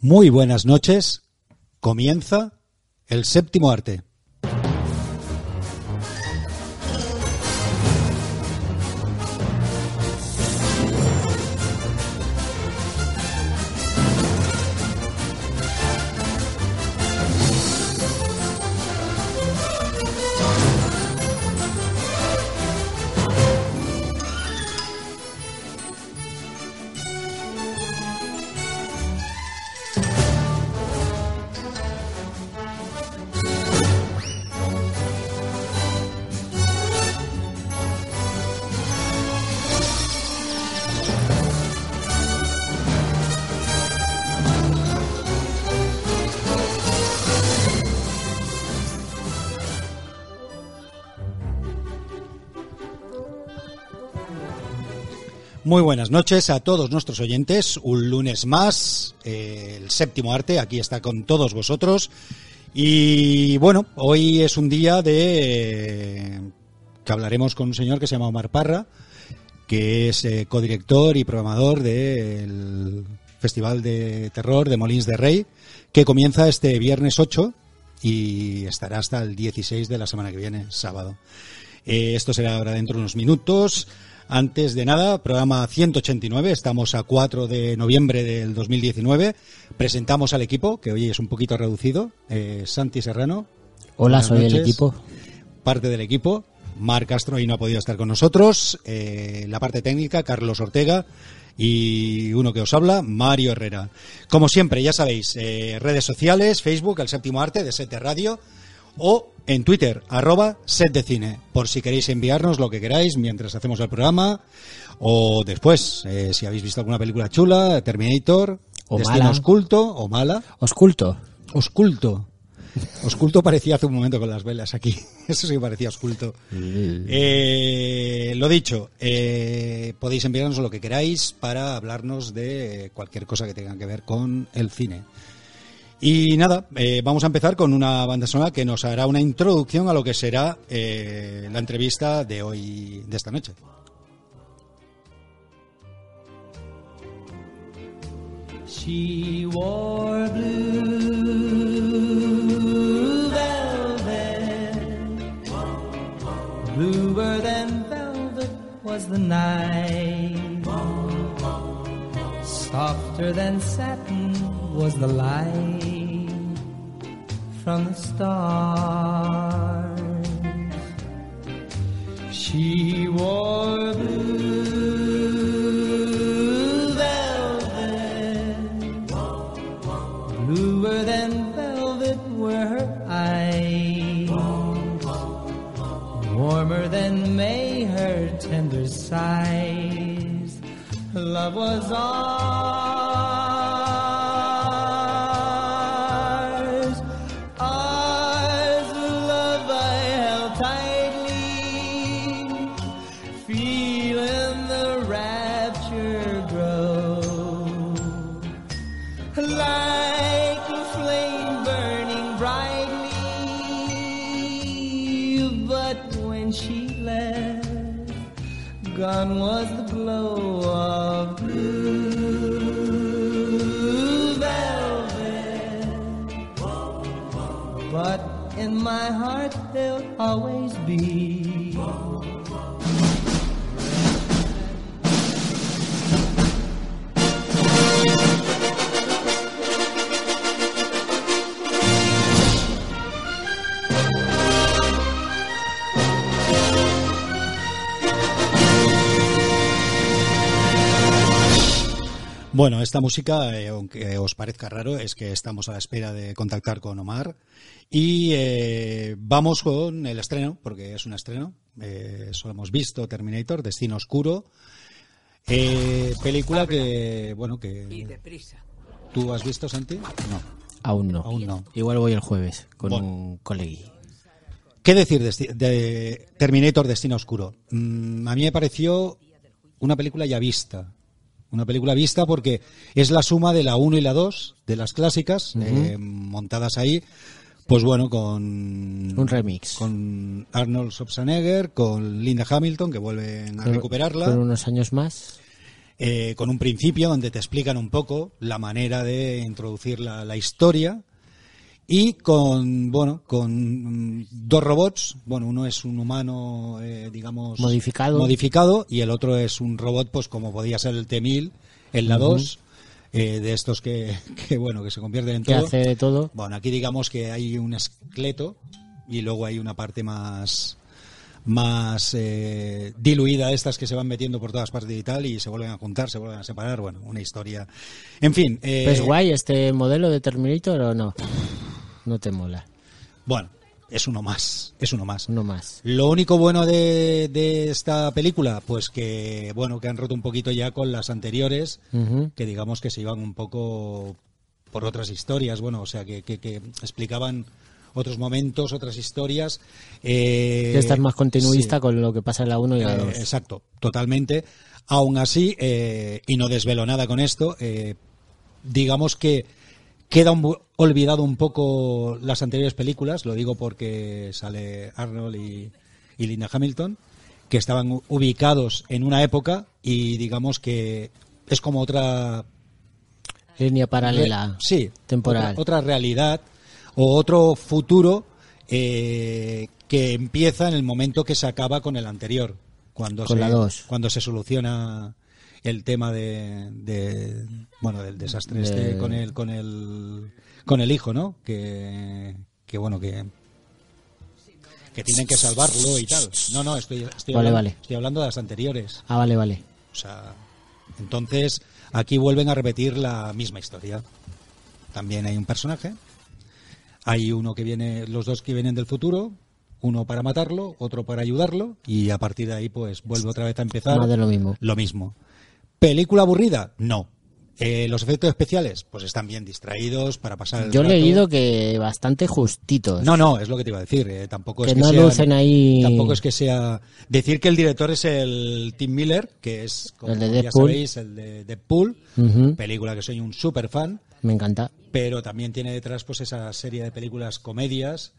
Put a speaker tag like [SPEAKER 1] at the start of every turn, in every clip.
[SPEAKER 1] Muy buenas noches. Comienza el séptimo arte. Muy buenas noches a todos nuestros oyentes. Un lunes más, eh, el séptimo arte, aquí está con todos vosotros. Y bueno, hoy es un día de eh, que hablaremos con un señor que se llama Omar Parra, que es eh, codirector y programador del Festival de Terror de Molins de Rey, que comienza este viernes 8 y estará hasta el 16 de la semana que viene, sábado. Eh, esto será ahora dentro de unos minutos. Antes de nada, programa 189, estamos a 4 de noviembre del 2019. Presentamos al equipo, que hoy es un poquito reducido. Eh, Santi Serrano.
[SPEAKER 2] Hola,
[SPEAKER 1] buenas
[SPEAKER 2] soy el
[SPEAKER 1] noches.
[SPEAKER 2] equipo.
[SPEAKER 1] Parte del equipo. Mar Castro y no ha podido estar con nosotros. Eh, la parte técnica, Carlos Ortega. Y uno que os habla, Mario Herrera. Como siempre, ya sabéis, eh, redes sociales, Facebook, El Séptimo Arte de Set de Radio o en Twitter, arroba set de cine, por si queréis enviarnos lo que queráis mientras hacemos el programa o después, eh, si habéis visto alguna película chula, Terminator,
[SPEAKER 2] O
[SPEAKER 1] Destino
[SPEAKER 2] mala.
[SPEAKER 1] Osculto o mala.
[SPEAKER 2] Osculto.
[SPEAKER 1] Osculto. Osculto parecía hace un momento con las velas aquí. Eso sí que parecía osculto. Mm. Eh, lo dicho, eh, podéis enviarnos lo que queráis para hablarnos de cualquier cosa que tenga que ver con el cine. Y nada, eh, vamos a empezar con una banda sonora que nos hará una introducción a lo que será eh, la entrevista de hoy, de esta noche.
[SPEAKER 3] She wore blue velvet. Bluer than velvet was the night. Softer than satin was the light from the stars. She wore blue velvet. Bluer than velvet were her eyes. Warmer than May, her tender sighs. Love was ours. Ours, love I held tightly. Feeling the rapture grow like a flame burning brightly. But when she left, gone was the glow of blue velvet. But in my heart, there'll always be.
[SPEAKER 1] Bueno, esta música, eh, aunque os parezca raro, es que estamos a la espera de contactar con Omar. Y eh, vamos con el estreno, porque es un estreno. Eh, solo hemos visto Terminator, Destino Oscuro. Eh, película que, bueno, que...
[SPEAKER 4] Y deprisa.
[SPEAKER 1] ¿Tú has visto, Santi? No.
[SPEAKER 2] Aún no.
[SPEAKER 1] Aún no.
[SPEAKER 2] Igual voy el jueves con
[SPEAKER 1] Bueno.
[SPEAKER 2] un colegui.
[SPEAKER 1] ¿Qué decir de, esti- de Terminator Destino Oscuro? Mm, a mí me pareció una película ya vista. Una película vista porque es la suma de la 1 y la 2, de las clásicas, eh, montadas ahí, pues bueno, con...
[SPEAKER 2] Un remix.
[SPEAKER 1] Con Arnold Schwarzenegger, con Linda Hamilton, que vuelven a
[SPEAKER 2] Con-
[SPEAKER 1] recuperarla
[SPEAKER 2] Con unos años más.
[SPEAKER 1] eh, con un principio donde te explican un poco la manera de introducir la, la historia y con bueno con mm, dos robots bueno uno es un humano eh, digamos
[SPEAKER 2] Modificado.
[SPEAKER 1] modificado y el otro es un robot pues como podía ser el T1000 en la 2 eh, de estos que, que bueno que se convierten en
[SPEAKER 2] Que
[SPEAKER 1] todo
[SPEAKER 2] hace de todo.
[SPEAKER 1] bueno, aquí digamos que hay un esqueleto y luego hay una parte más más eh, diluida de estas que se van metiendo por todas partes y tal y se vuelven a juntar, se vuelven a separar, bueno, una historia. En fin, eh,
[SPEAKER 2] ¿Es guay este modelo de Terminator o no? No te mola.
[SPEAKER 1] bueno, es uno más, es uno más.
[SPEAKER 2] Uno más.
[SPEAKER 1] Lo único bueno de, de esta película, pues que bueno, que han roto un poquito ya con las anteriores,
[SPEAKER 2] Ujú.
[SPEAKER 1] que digamos que se iban un poco por otras historias, bueno, o sea, que, que- que explicaban otros momentos, otras historias. Eh,
[SPEAKER 2] Ya estás más continuista con lo que pasa en la 1 y la
[SPEAKER 1] eh,
[SPEAKER 2] 2.
[SPEAKER 1] exacto, totalmente. Aún así, eh, y no desvelo nada con esto, eh, digamos que queda un bu- olvidado un poco las anteriores películas, lo digo porque sale Arnold y, y Linda Hamilton, que estaban u- ubicados en una época y digamos que es como otra
[SPEAKER 2] Línea paralela.
[SPEAKER 1] Re- Eh, sí,
[SPEAKER 2] Temporal.
[SPEAKER 1] Otra, otra realidad o otro futuro eh, que empieza en el momento que se acaba con el anterior. Cuando
[SPEAKER 2] Con
[SPEAKER 1] se,
[SPEAKER 2] la dos.
[SPEAKER 1] Cuando se soluciona el tema de, de- bueno del desastre
[SPEAKER 2] De-
[SPEAKER 1] este con el con el con el hijo no que, que bueno que que tienen que salvarlo y tal no no estoy estoy
[SPEAKER 2] Vale,
[SPEAKER 1] hablando-
[SPEAKER 2] vale.
[SPEAKER 1] estoy hablando de las anteriores
[SPEAKER 2] Ah, vale, vale.
[SPEAKER 1] o sea, entonces aquí vuelven a repetir la misma historia. También hay un personaje. Hay uno que viene, los dos que vienen del futuro, uno para matarlo, otro para ayudarlo, y a partir de ahí, pues vuelve otra vez a empezar
[SPEAKER 2] Más de lo mismo.
[SPEAKER 1] lo mismo. ¿Película aburrida? No. Eh, ¿Los efectos especiales? Pues están bien distraídos para pasar el
[SPEAKER 2] Yo he
[SPEAKER 1] rato.
[SPEAKER 2] leído que bastante justitos.
[SPEAKER 1] No, no, es lo que te iba a decir. eh, Tampoco es
[SPEAKER 2] Pues Que
[SPEAKER 1] que
[SPEAKER 2] no
[SPEAKER 1] sea-
[SPEAKER 2] lucen ahí-
[SPEAKER 1] Tampoco es que sea. Decir que el director es el Tim Miller, que es, como
[SPEAKER 2] El de
[SPEAKER 1] ya
[SPEAKER 2] Deadpool.
[SPEAKER 1] sabéis, el de Deadpool,
[SPEAKER 2] Ujú.
[SPEAKER 1] película que soy un super fan,
[SPEAKER 2] Me encanta.
[SPEAKER 1] pero también tiene detrás pues esa serie de películas comedias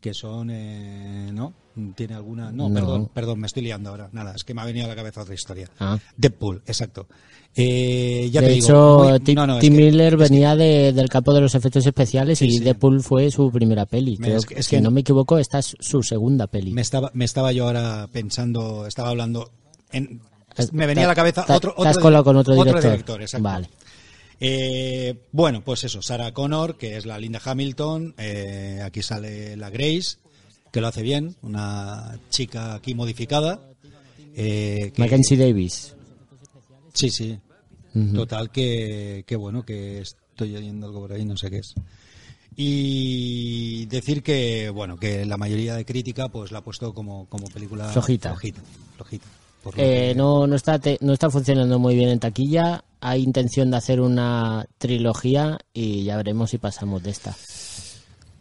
[SPEAKER 1] que son. eh, ¿No? ¿Tiene alguna.? No,
[SPEAKER 2] No.
[SPEAKER 1] Perdón, perdón, me estoy liando ahora. Nada, es que me ha venido a la cabeza otra historia.
[SPEAKER 2] Ah.
[SPEAKER 1] Deadpool, exacto. Eh, ya
[SPEAKER 2] de
[SPEAKER 1] te
[SPEAKER 2] hecho,
[SPEAKER 1] digo. muy-
[SPEAKER 2] Ti-
[SPEAKER 1] no, no, es
[SPEAKER 2] Tim
[SPEAKER 1] que-
[SPEAKER 2] Miller venía de- del campo de los efectos especiales y
[SPEAKER 1] sí.
[SPEAKER 2] Deadpool fue su primera peli.
[SPEAKER 1] Me-
[SPEAKER 2] Creo
[SPEAKER 1] es que- es
[SPEAKER 2] si
[SPEAKER 1] que-
[SPEAKER 2] no me equivoco, esta es su segunda peli.
[SPEAKER 1] Me estaba, me estaba yo ahora pensando, estaba hablando. en-
[SPEAKER 2] Te-
[SPEAKER 1] me venía a la cabeza
[SPEAKER 2] te-
[SPEAKER 1] otro,
[SPEAKER 2] te
[SPEAKER 1] otro,
[SPEAKER 2] has colado con otro director.
[SPEAKER 1] exacto.
[SPEAKER 2] Vale.
[SPEAKER 1] Eh, bueno, pues eso, Sarah Connor, que es la Linda Hamilton. eh, aquí sale la Grace, que lo hace bien, una chica aquí modificada. eh, que-
[SPEAKER 2] Mackenzie Davis.
[SPEAKER 1] Sí, sí.
[SPEAKER 2] Ujú.
[SPEAKER 1] Total, que, que bueno, que estoy oyendo algo por ahí, no sé qué es. Y decir que, bueno, que la mayoría de crítica pues la ha puesto como, como película
[SPEAKER 2] Flojita.
[SPEAKER 1] Flojita, flojita. Por lo
[SPEAKER 2] Eh,
[SPEAKER 1] que-
[SPEAKER 2] no, no, está te- no está funcionando muy bien en taquilla. Hay intención de hacer una trilogía y ya veremos si pasamos de esta.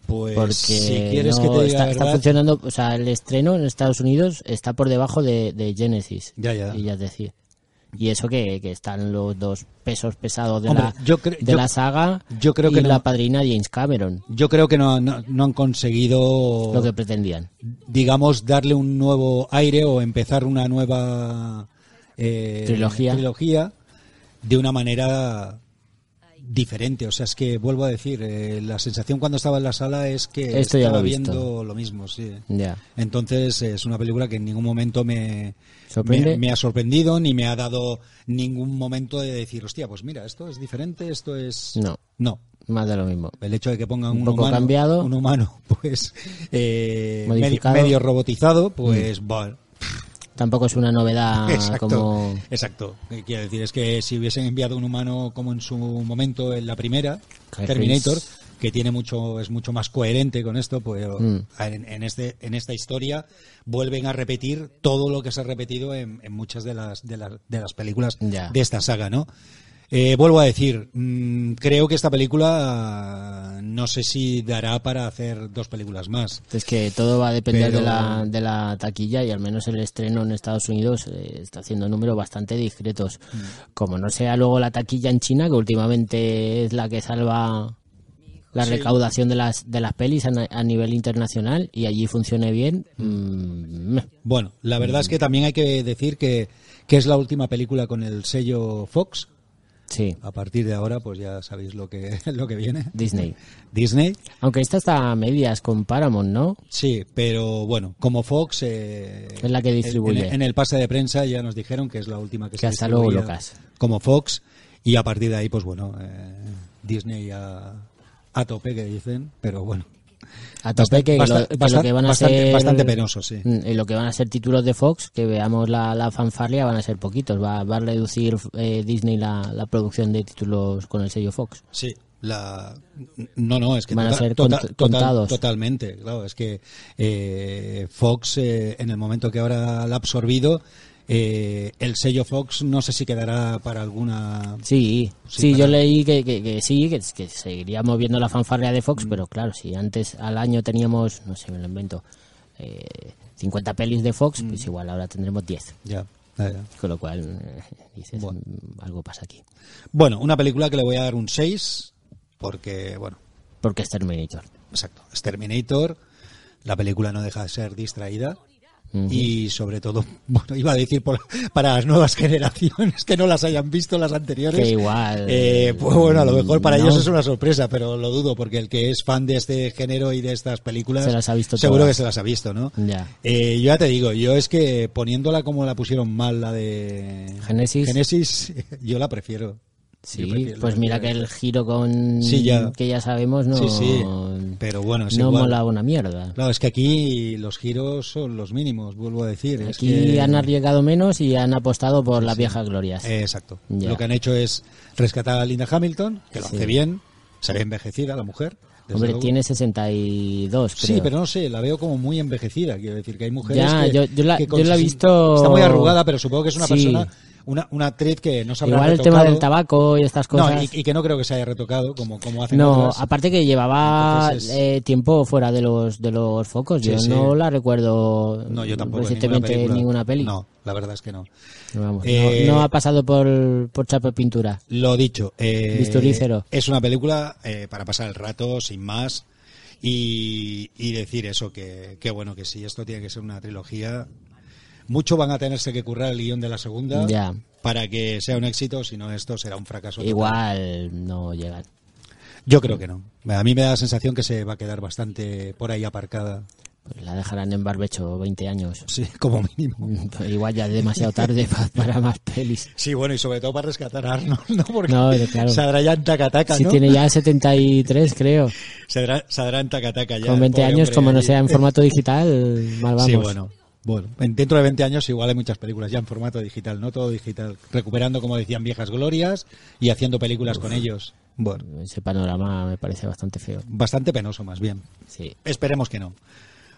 [SPEAKER 1] pues
[SPEAKER 2] Porque
[SPEAKER 1] si quieres
[SPEAKER 2] no
[SPEAKER 1] que te diga
[SPEAKER 2] está,
[SPEAKER 1] la
[SPEAKER 2] está
[SPEAKER 1] verdad,
[SPEAKER 2] funcionando, o sea, el estreno en Estados Unidos está por debajo de, de Genesis.
[SPEAKER 1] Ya, ya.
[SPEAKER 2] Y es decir. Y eso que, que están los dos pesos pesados de,
[SPEAKER 1] Hombre,
[SPEAKER 2] la,
[SPEAKER 1] yo cre-
[SPEAKER 2] de
[SPEAKER 1] yo-
[SPEAKER 2] la saga
[SPEAKER 1] yo creo que
[SPEAKER 2] y
[SPEAKER 1] no.
[SPEAKER 2] la padrina James Cameron,
[SPEAKER 1] yo creo que no, no- no han conseguido,
[SPEAKER 2] lo que pretendían.
[SPEAKER 1] digamos, darle un nuevo aire o empezar una nueva eh,
[SPEAKER 2] Trilogía.
[SPEAKER 1] trilogía de una manera diferente. O sea, es que vuelvo a decir, eh, la sensación cuando estaba en la sala es que
[SPEAKER 2] Esto ya
[SPEAKER 1] estaba
[SPEAKER 2] lo he visto.
[SPEAKER 1] viendo lo mismo, sí.
[SPEAKER 2] Ya.
[SPEAKER 1] Entonces es una película que en ningún momento me,
[SPEAKER 2] ¿Sorprende?
[SPEAKER 1] me, me ha sorprendido ni me ha dado ningún momento de decir, hostia, pues mira, esto es diferente, esto es...
[SPEAKER 2] No.
[SPEAKER 1] No.
[SPEAKER 2] Más de lo mismo.
[SPEAKER 1] El hecho de que pongan un,
[SPEAKER 2] Un poco
[SPEAKER 1] humano,
[SPEAKER 2] cambiado.
[SPEAKER 1] un humano, pues eh, medi- medio,
[SPEAKER 2] Modificado. Mm.
[SPEAKER 1] robotizado, pues bueno,
[SPEAKER 2] Tampoco es una novedad
[SPEAKER 1] exacto,
[SPEAKER 2] como...
[SPEAKER 1] exacto. Eh, Quiero decir es que si hubiesen enviado un humano como en su momento en la primera
[SPEAKER 2] Que
[SPEAKER 1] Terminator,
[SPEAKER 2] es-
[SPEAKER 1] que tiene mucho es mucho más coherente con esto, pues
[SPEAKER 2] Mm.
[SPEAKER 1] en, en este en esta historia vuelven a repetir todo lo que se ha repetido en, en muchas de las de, las- de las películas
[SPEAKER 2] Ya.
[SPEAKER 1] de esta saga, ¿no? Eh, vuelvo a decir, mm, creo que esta película no sé si dará para hacer dos películas más.
[SPEAKER 2] Es que todo va a depender
[SPEAKER 1] Pero-
[SPEAKER 2] de, la, de la taquilla y al menos el estreno en Estados Unidos eh, está haciendo números bastante discretos.
[SPEAKER 1] Mm.
[SPEAKER 2] Como no sea luego la taquilla en China, que últimamente es la que salva la
[SPEAKER 1] Sí.
[SPEAKER 2] recaudación de las, de las pelis a, na- a nivel internacional y allí funcione bien, mm, meh.
[SPEAKER 1] Bueno, la verdad es que también hay que decir que, que es la última película con el sello Fox.
[SPEAKER 2] sí,
[SPEAKER 1] A partir de ahora, pues ya sabéis lo que, lo que viene.
[SPEAKER 2] Disney.
[SPEAKER 1] Disney.
[SPEAKER 2] Aunque esta está a medias con Paramount, ¿no?
[SPEAKER 1] Sí, pero bueno, como Fox... eh,
[SPEAKER 2] Es la que distribuye.
[SPEAKER 1] En, en el pase de prensa ya nos dijeron que es la última que,
[SPEAKER 2] Que
[SPEAKER 1] se
[SPEAKER 2] hasta luego,
[SPEAKER 1] distribuye
[SPEAKER 2] Lucas.
[SPEAKER 1] Como Fox. Y a partir de ahí, pues bueno, eh, Disney a, a tope, que dicen. Pero bueno,
[SPEAKER 2] A tope que,
[SPEAKER 1] Basta-
[SPEAKER 2] lo, que
[SPEAKER 1] basta-
[SPEAKER 2] lo que van a
[SPEAKER 1] bastante-
[SPEAKER 2] ser
[SPEAKER 1] bastante penoso, sí.
[SPEAKER 2] Mm, y lo que van a ser títulos de Fox, que veamos la, la fanfarria, van a ser poquitos. Va, va a reducir eh, Disney la, la producción de títulos con el sello Fox.
[SPEAKER 1] Sí, la no, no, es que
[SPEAKER 2] Van a ser cont- contados.
[SPEAKER 1] totalmente, claro, es que eh, Fox eh, en el momento que ahora la ha absorbido eh, el sello Fox no sé si quedará para alguna
[SPEAKER 2] Sí,
[SPEAKER 1] Sí,
[SPEAKER 2] sí,
[SPEAKER 1] para-
[SPEAKER 2] yo leí que, que- que sí, que, que seguiríamos viendo la fanfarria de
[SPEAKER 1] Mm.
[SPEAKER 2] Fox, pero claro, si antes al año teníamos, no sé, me lo invento, eh, 50 pelis de Fox, pues
[SPEAKER 1] Mm.
[SPEAKER 2] igual ahora tendremos 10.
[SPEAKER 1] ya, ya, ya.
[SPEAKER 2] Con lo cual, eh, dices,
[SPEAKER 1] Bueno.
[SPEAKER 2] mm, algo pasa aquí.
[SPEAKER 1] Bueno, una película que le voy a dar un 6 porque bueno,
[SPEAKER 2] Porque es Terminator.
[SPEAKER 1] exacto, es Terminator, la película no deja de ser distraída.
[SPEAKER 2] Ujú.
[SPEAKER 1] Y sobre todo, bueno, iba a decir por- para las nuevas generaciones que no las hayan visto las anteriores.
[SPEAKER 2] Que igual,
[SPEAKER 1] Eh, pues bueno, a lo mejor para
[SPEAKER 2] no.
[SPEAKER 1] ellos es una sorpresa, pero lo dudo, porque el que es fan de este género y de estas películas.
[SPEAKER 2] Se las ha visto
[SPEAKER 1] Seguro
[SPEAKER 2] todas.
[SPEAKER 1] que se las ha visto, ¿no?
[SPEAKER 2] Ya.
[SPEAKER 1] Eh, yo ya te digo, yo es que poniéndola como la pusieron mal, la de.
[SPEAKER 2] Génesis.
[SPEAKER 1] Génesis, yo la prefiero. Yo
[SPEAKER 2] Sí,
[SPEAKER 1] prefiero-
[SPEAKER 2] pues mira que el giro con
[SPEAKER 1] Sí, ya.
[SPEAKER 2] que ya sabemos no,
[SPEAKER 1] Sí, sí. Pero bueno, es
[SPEAKER 2] no
[SPEAKER 1] igual.
[SPEAKER 2] mola una mierda.
[SPEAKER 1] Claro, es que aquí los giros son los mínimos, vuelvo a decir. es
[SPEAKER 2] Aquí
[SPEAKER 1] que-
[SPEAKER 2] han arriesgado menos y han apostado por las viejas glorias.
[SPEAKER 1] Eh, exacto.
[SPEAKER 2] Ya.
[SPEAKER 1] Lo que han hecho es rescatar a Linda Hamilton, que lo
[SPEAKER 2] Sí.
[SPEAKER 1] hace bien, se ve envejecida la mujer. desde
[SPEAKER 2] Hombre,
[SPEAKER 1] luego.
[SPEAKER 2] tiene 62, creo.
[SPEAKER 1] Sí, pero no sé, la veo como muy envejecida. Quiero decir que hay mujeres
[SPEAKER 2] Ya,
[SPEAKER 1] que,
[SPEAKER 2] yo- yo la-
[SPEAKER 1] que con
[SPEAKER 2] yo la he
[SPEAKER 1] ses-
[SPEAKER 2] visto-
[SPEAKER 1] Está muy arrugada, pero supongo que es una
[SPEAKER 2] Sí.
[SPEAKER 1] persona, una, una actriz que no sabrá
[SPEAKER 2] Igual el tema del tabaco y estas cosas.
[SPEAKER 1] No, y, y que no creo que se haya retocado como, como hacen
[SPEAKER 2] No,
[SPEAKER 1] otras.
[SPEAKER 2] aparte que llevaba
[SPEAKER 1] Entonces es-
[SPEAKER 2] eh, tiempo fuera de los de los focos.
[SPEAKER 1] Sí,
[SPEAKER 2] yo
[SPEAKER 1] sí.
[SPEAKER 2] no la recuerdo
[SPEAKER 1] No, yo tampoco.
[SPEAKER 2] recientemente
[SPEAKER 1] película.
[SPEAKER 2] ninguna peli.
[SPEAKER 1] No, la verdad es que no.
[SPEAKER 2] Vamos, no-
[SPEAKER 1] Eh,
[SPEAKER 2] no, ha pasado por, por chapa de pintura.
[SPEAKER 1] Lo dicho, eh,
[SPEAKER 2] Bisturí cero.
[SPEAKER 1] es una película eh, para pasar el rato, sin más, y, y decir eso, que, que bueno, que si esto tiene que ser una trilogía, mucho van a tenerse que currar el guión de la segunda
[SPEAKER 2] Ya.
[SPEAKER 1] para que sea un éxito, si no esto será un fracaso. total.
[SPEAKER 2] Igual no llegan.
[SPEAKER 1] Yo creo que no. A mí me da la sensación que se va a quedar bastante por ahí aparcada,
[SPEAKER 2] Pues la dejarán en barbecho 20 años.
[SPEAKER 1] sí, como mínimo.
[SPEAKER 2] Igual ya es demasiado tarde pa- para más pelis.
[SPEAKER 1] Sí, bueno, y sobre todo para rescatar a Arnold, ¿no? Porque
[SPEAKER 2] No, claro.
[SPEAKER 1] saldrá ya en tacataca,
[SPEAKER 2] Si
[SPEAKER 1] ¿no?
[SPEAKER 2] tiene ya 73, creo.
[SPEAKER 1] Saldrá, saldrá en tacataca ya.
[SPEAKER 2] Con
[SPEAKER 1] el
[SPEAKER 2] 20
[SPEAKER 1] pobre
[SPEAKER 2] años,
[SPEAKER 1] hombre
[SPEAKER 2] como no
[SPEAKER 1] allí.
[SPEAKER 2] sea en formato digital, mal vamos.
[SPEAKER 1] Sí, bueno. Bueno, en- dentro de 20 años igual hay muchas películas ya en formato digital, no todo digital, recuperando como decían viejas glorias y haciendo películas con ellos. Bueno,
[SPEAKER 2] Ese panorama me parece bastante feo.
[SPEAKER 1] bastante penoso más bien.
[SPEAKER 2] Sí.
[SPEAKER 1] Esperemos que no.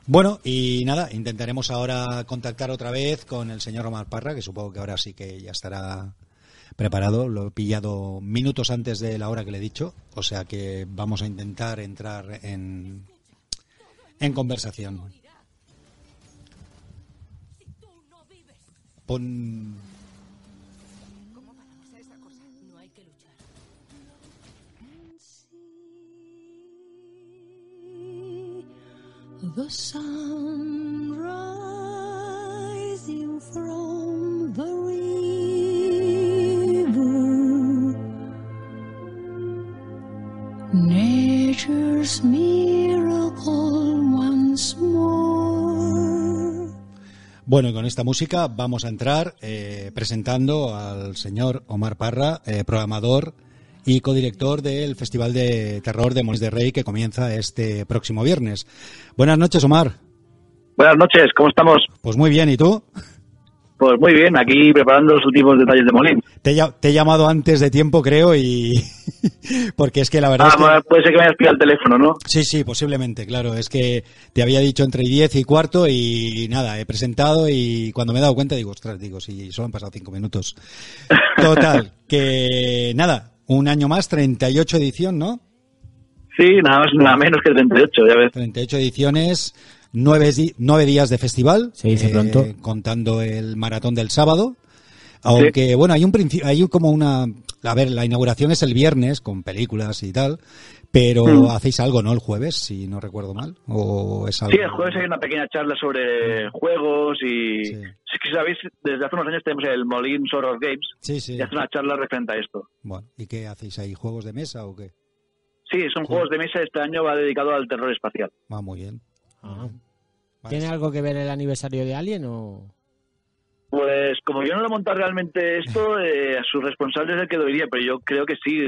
[SPEAKER 1] Bueno, y nada, intentaremos ahora contactar otra vez con el señor Omar Parra, que supongo que ahora sí que ya estará preparado, lo he pillado minutos antes de la hora que le he dicho, o sea que vamos a intentar entrar en, en conversación. Pon...
[SPEAKER 4] The sun rising from the river, nature's miracle once more.
[SPEAKER 1] Bueno, y con esta música vamos a entrar eh, presentando al señor Omar Parra, eh, programador y codirector del Festival de Terror de Mois de Rey que comienza este próximo viernes. Buenas noches, Omar.
[SPEAKER 5] Buenas noches, ¿cómo estamos?
[SPEAKER 1] Pues muy bien, ¿y tú?
[SPEAKER 5] Pues muy bien, aquí preparando los últimos detalles de Molín.
[SPEAKER 1] Te he, lla- te he llamado antes de tiempo, creo, y. porque es que la verdad
[SPEAKER 5] Ah,
[SPEAKER 1] es que.
[SPEAKER 5] pues puede ser que me hayas pillado el teléfono, ¿no?
[SPEAKER 1] Sí, sí, posiblemente, claro. Es que te había dicho entre 10 y cuarto y nada, he presentado y cuando me he dado cuenta digo, ostras, digo, sí, solo han pasado cinco minutos. Total, que nada, un año más, 38 edición, ¿no?
[SPEAKER 5] Sí, nada más, nada menos que el 38, ya ves.
[SPEAKER 1] 38 ediciones, nueve, di- nueve días de festival. eh,
[SPEAKER 2] Se dice pronto.
[SPEAKER 1] Contando el maratón del sábado. Aunque, bueno, hay un principio, hay como una, a ver, la inauguración es el viernes con películas y tal, pero hacéis algo, ¿no? El jueves, si no recuerdo mal, o es algo.
[SPEAKER 5] Sí, el jueves hay una pequeña charla sobre juegos y...
[SPEAKER 1] Sí.
[SPEAKER 5] Es que sabéis, desde hace unos años tenemos el Molín Soros Games
[SPEAKER 1] Sí, sí.
[SPEAKER 5] y hace una charla referente a esto.
[SPEAKER 1] Bueno, ¿y qué hacéis ahí? ¿Juegos de mesa o qué?
[SPEAKER 5] Sí, son juegos de mesa. Este año va dedicado al terror espacial.
[SPEAKER 1] Va muy bien. Ah, Vale.
[SPEAKER 2] Ah, ¿Tiene algo que ver el aniversario de Alien o...?
[SPEAKER 5] Pues como yo no lo he montado realmente esto, eh, a sus responsables es el que debería, pero yo creo que sí,